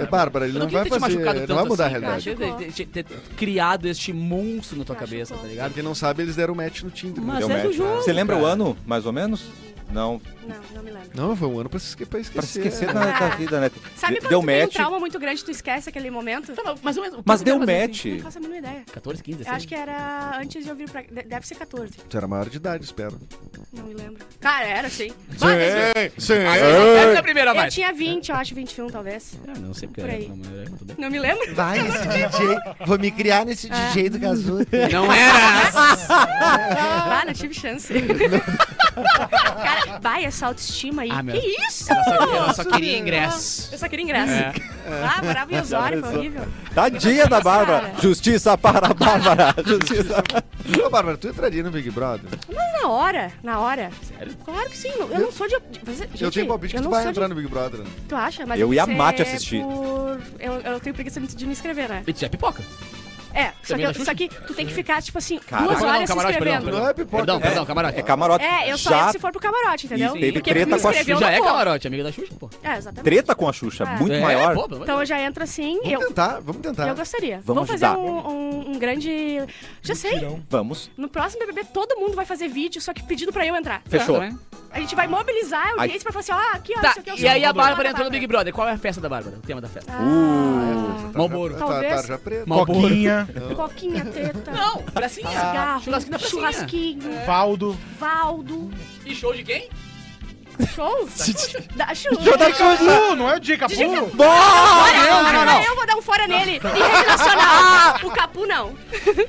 S5: É, é, Bárbara, ele
S2: Eu
S5: não
S2: queria
S5: vai
S2: ter
S5: fazer. ele Não vai mudar a
S2: assim, cara.
S5: realidade.
S2: Eu queria ter- ter- ter criado este monstro na tua cabeça, tá ligado?
S5: Quem não sabe, eles deram match no Tinder.
S2: Mas
S1: Deu
S2: é do
S1: match. né?
S2: jogo,
S1: Você lembra o
S2: cara.
S1: ano, mais ou menos? Não,
S3: Não, não me lembro.
S5: Não, foi um ano pra se esque- pra esquecer.
S1: pra se esquecer da,
S2: Ah.
S1: da vida, né?
S3: Sabe
S1: De-
S3: quando
S1: deu
S3: tu tem um
S1: match,
S3: trauma muito grande, tu esquece aquele momento?
S2: Tá, mas, mas,
S1: mas deu
S2: match.
S1: match.
S3: Não assim, faço a mínima ideia.
S2: 14, 15, 16.
S3: Eu acho que era antes de eu vir pra... de- Deve ser 14,
S5: Tu era maior de idade, espero.
S3: não me lembro.
S2: Ah,
S3: Cara, era sim.
S5: sim.
S2: Essa é a primeira
S3: Eu
S2: mais.
S3: tinha 20, eu acho, 21 talvez.
S2: Ah, Não sei porque
S3: tipo Por
S2: era-
S3: aí.
S2: não, mas era- é, tudo bem.
S3: Não me lembro.
S6: Vai nesse DJ. Vou me criar nesse DJ do Gazu.
S2: Não era!
S3: Ah, não tive chance. Cara, vai essa autoestima aí.
S2: Ah, meu.
S3: que isso?
S2: Ela só queria ingresso.
S3: Eu só queria ingresso. Ah, morava em Osório, foi horrível.
S1: Tadinha da Bárbara.
S3: Cara.
S1: Justiça para a Bárbara. Justiça.
S5: Ô, Bárbara, tu entraria no Big Brother?
S3: Mas na hora, na hora. Sério? Claro que sim. Eu, eu não sou de. de- você- gente,
S5: eu tenho palpite que
S3: eu
S5: tu
S3: não
S5: vai
S3: sou de-
S5: entrar no Big Brother. né?
S3: Tu acha? Mas
S1: Eu
S3: tem
S1: ia
S3: que ser
S1: mate assistir.
S3: por- Eu, eu tenho preguiça de me inscrever, né?
S2: E tu é pipoca.
S3: É, só que,
S2: Também
S3: eu-
S2: dá chute?
S3: só que tu tem que ficar, tipo assim,
S1: Caraca.
S3: duas
S2: Não,
S3: horas se
S2: camarote, perdão,
S3: inscrevendo.
S2: perdão.
S5: Não é pipoca.
S2: Perdão, perdão, camarote.
S1: É camarote.
S3: É, eu só
S1: Já
S3: entro se for pro camarote, entendeu?
S2: Isso, teve
S3: Porque me
S1: treta com a
S3: inscrever, eu
S2: Já
S3: não
S2: é
S3: vou.
S2: camarote, amiga da Xuxa, pô.
S3: É, exatamente.
S1: Treta com a Xuxa,
S3: É.
S1: muito
S2: é,
S1: maior.
S2: pô, pelo
S3: Então
S2: amor
S3: eu
S2: de
S3: já entro assim, eu,
S5: Vamos tentar, vamos
S2: Tá.
S5: tentar.
S3: eu gostaria.
S1: Vamos
S3: Vamos, fazer
S1: ajudar.
S3: um, um- um grande. Já sei.
S4: Tirão.
S1: Vamos.
S3: No próximo BBB todo mundo vai fazer vídeo, só que pedindo pra eu entrar.
S2: Deus.
S1: Fechou.
S2: Tá, né?
S3: A gente vai mobilizar a audiência pra falar assim, ó, aqui, ó,
S2: Tá,
S3: isso aqui é o
S2: e aí a
S3: Salvador.
S2: Bárbara entrou no Big Brother. Qual é a festa da Bárbara? O tema da
S3: Ah.
S2: festa. Ah.
S1: Uh.
S2: Malboro.
S5: Tá,
S3: Talvez.
S5: tarja preta.
S2: Malboro.
S4: Coquinha,
S3: Coquinha, teta,
S2: Não, pracinha.
S3: cigarro,
S2: Churrasquinho da pracinha.
S3: churrasquinho,
S4: Valdo.
S3: Valdo,
S2: E show de quem?
S3: show? da Xuxa.
S2: tá
S4: Capu, não é o DJ Capu?
S3: Olha, agora eu vou dar um fora nele. Em rede nacional,
S2: Ah.
S3: o Capu não.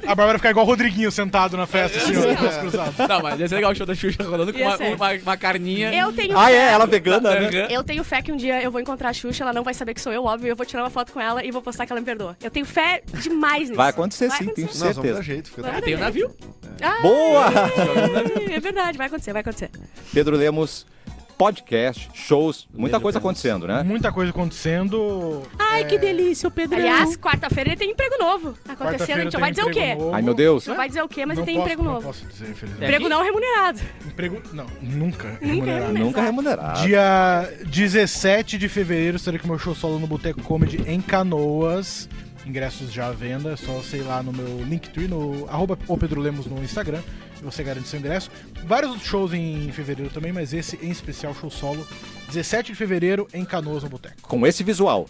S4: A Bárbara ficar igual o Rodriguinho sentado na festa, assim, ó, com os braços cruzados.
S2: Não, mas ia ser legal o show da Xuxa rolando com
S3: Ia
S2: uma,
S3: ser.
S2: uma, uma carninha.
S3: Eu tenho
S1: Ah,
S3: fé.
S1: é, ela vegana, né?
S2: Aham.
S3: Eu tenho fé que um dia eu vou encontrar a Xuxa, ela não vai saber que sou eu, óbvio, eu vou tirar uma foto com ela e vou postar que ela me perdoa. Eu tenho fé demais nisso.
S1: Vai acontecer
S3: Vai
S1: sim, tenho
S3: acontecer.
S5: Nós vamos dar
S1: certeza.
S5: jeito. Fica
S3: Vai.
S5: tranquilo.
S2: Tem o navio.
S3: Ah,
S1: Boa!
S3: É verdade, vai acontecer, vai acontecer.
S1: Pedro Lemos, podcast, shows, muita
S5: Pedro
S1: coisa
S5: Lemos.
S1: acontecendo, né?
S4: Muita coisa acontecendo.
S2: Ai, que delícia, o Pedro.
S3: Aliás, quarta-feira ele tem emprego novo. Tá acontecendo,
S4: Quarta-feira
S3: a gente não
S4: tem
S3: vai dizer o
S4: emprego
S3: quê?
S4: novo.
S1: Ai, meu Deus.
S3: Não vai dizer o quê, mas
S4: Não
S3: ele tem
S4: posso-
S3: emprego
S4: não
S3: novo.
S4: posso dizer, infelizmente.
S3: Emprego não remunerado.
S4: Emprego. Não, nunca. remunerado.
S3: remunerado.
S1: Nunca é remunerado.
S4: Dia 17 de fevereiro será que meu show solo no Boteco Comedy em Canoas. Ingressos já à venda, é só sei lá no meu Linktree, no arroba o Pedro Lemos no Instagram, e você garante seu ingresso. Vários outros shows em fevereiro também, mas esse em especial, show solo, 17 de fevereiro em Canoas no Boteco.
S1: Com esse visual.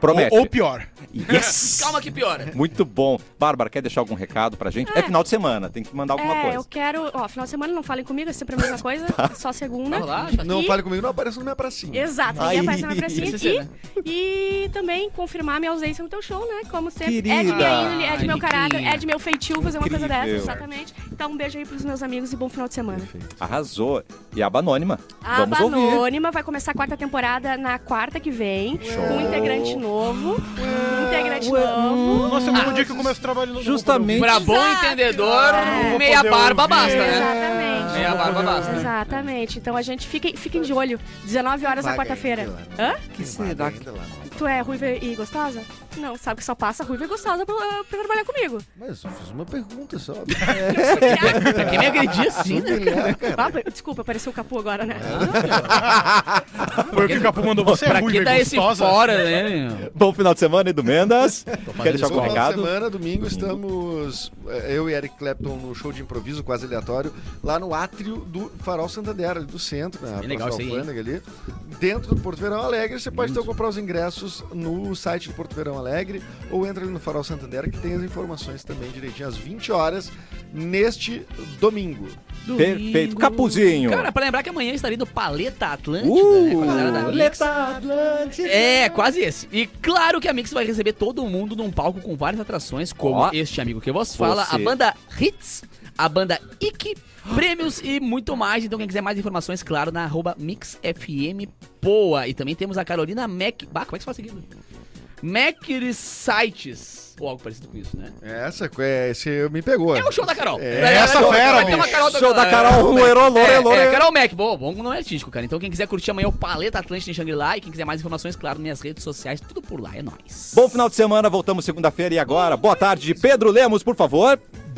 S1: Promete.
S4: Ou, ou pior.
S1: Yes!
S2: Calma que piora.
S1: Muito bom. Bárbara, quer deixar algum recado pra gente? É, final de semana, tem que mandar alguma
S3: é, eu
S1: coisa.
S3: quero. Ó, final de semana não falem comigo, é sempre a mesma coisa, só segunda.
S2: Vai rolar, já- tá.
S5: Não
S3: E-
S5: fale comigo, não é apareça na minha pracinha.
S3: Exato,
S1: Aí.
S3: ninguém aparece na minha pracinha
S2: Isso é
S3: aqui. E também confirmar minha ausência no teu show, né? Como sempre. É de
S1: Querida.
S3: minha índole, é de
S2: Ai,
S3: meu caráter,
S2: Riquinha.
S3: é de meu feitio fazer uma coisa
S1: Incrível.
S3: dessa, exatamente. Então um beijo aí pros meus amigos e bom final de semana.
S1: Arrasou. E a aba anônima.
S3: A
S1: Vamos
S3: Aba
S1: ouvir.
S3: Anônima vai começar a quarta temporada na quarta que vem. Com um integrante novo. Um integrante novo.
S4: Nossa, é o mesmo dia que eu começo o trabalho no
S1: Justamente.
S2: Pra bom
S3: Exato.
S2: entendedor,
S3: É.
S2: meia
S4: Vou poder
S2: barba
S4: ouvir.
S2: basta, né?
S1: É
S3: Exatamente.
S2: Meia barba
S1: né?
S2: basta.
S3: Exatamente. Então a gente fiquem fiquem de olho. 19 horas na
S6: Vaga
S3: quarta-feira.
S6: ainda lá, né?
S3: Hã?
S6: Que será que... Lá, né?
S3: Tu é ruiva e gostosa? Não, sabe que só passa ruiva e gostosa pra, pra trabalhar comigo.
S5: Mas eu fiz uma pergunta só. é
S2: Pra quem me agredir assim, né?
S3: Ah, pa- desculpa, apareceu o capu agora, né?
S1: Ah,
S4: Foi o que o Capu mandou você, é
S2: Pra
S4: ruim,
S2: que dar esse
S4: gostosa.
S2: fora, né? meu?
S1: Bom final de semana, Edu Mendas. quer deixar algum
S5: Bom final de
S1: recado?
S5: semana, domingo, estamos eh, eu e Eric Clapton no show de improviso quase aleatório, lá no átrio do Farol Santander, ali do centro, na
S2: Bem legal
S5: Praça da
S2: isso aí,
S5: Alfândega ali. Dentro do Porto Verão Alegre, você pode então comprar os ingressos no site do Porto Verão Alegre ou entra ali no Farol Santander que tem as informações também direitinho às 20 horas neste domingo.
S1: Perfeito. Capuzinho.
S2: Cara, pra lembrar que amanhã estarei no Paleta Atlântida, né? Com a galera da
S1: Uh,
S2: Mix.
S1: Leta Atlântica.
S2: É, quase esse. E claro que a Mix vai receber todo mundo num palco com várias atrações, como
S1: Ó.
S2: este amigo que vos fala,
S1: Você.
S2: a banda Hits, a banda Ick, prêmios e muito mais. Então quem quiser mais informações, claro, na arroba MixFM Poa. E também temos a Carolina Mac... Bah, como é que se fala seguido? Macrisites, ou algo parecido com isso, né?
S5: Essa, é, esse me pegou.
S2: É o show da Carol.
S5: É
S4: essa fera,
S2: vai ter uma
S4: bicho.
S2: Carol
S1: Show da Carol Ruero,
S2: é,
S1: Lore, Lore.
S2: é, Carol Mac, bom, bom não é artístico, cara. Então quem quiser curtir amanhã o Paleta Atlântica em Shangri-La e quem quiser mais informações, claro, minhas redes sociais, tudo por lá, é nóis. Uh!
S1: Bom final de semana, voltamos segunda-feira e agora, boa tarde, Pedro Lemos, por favor.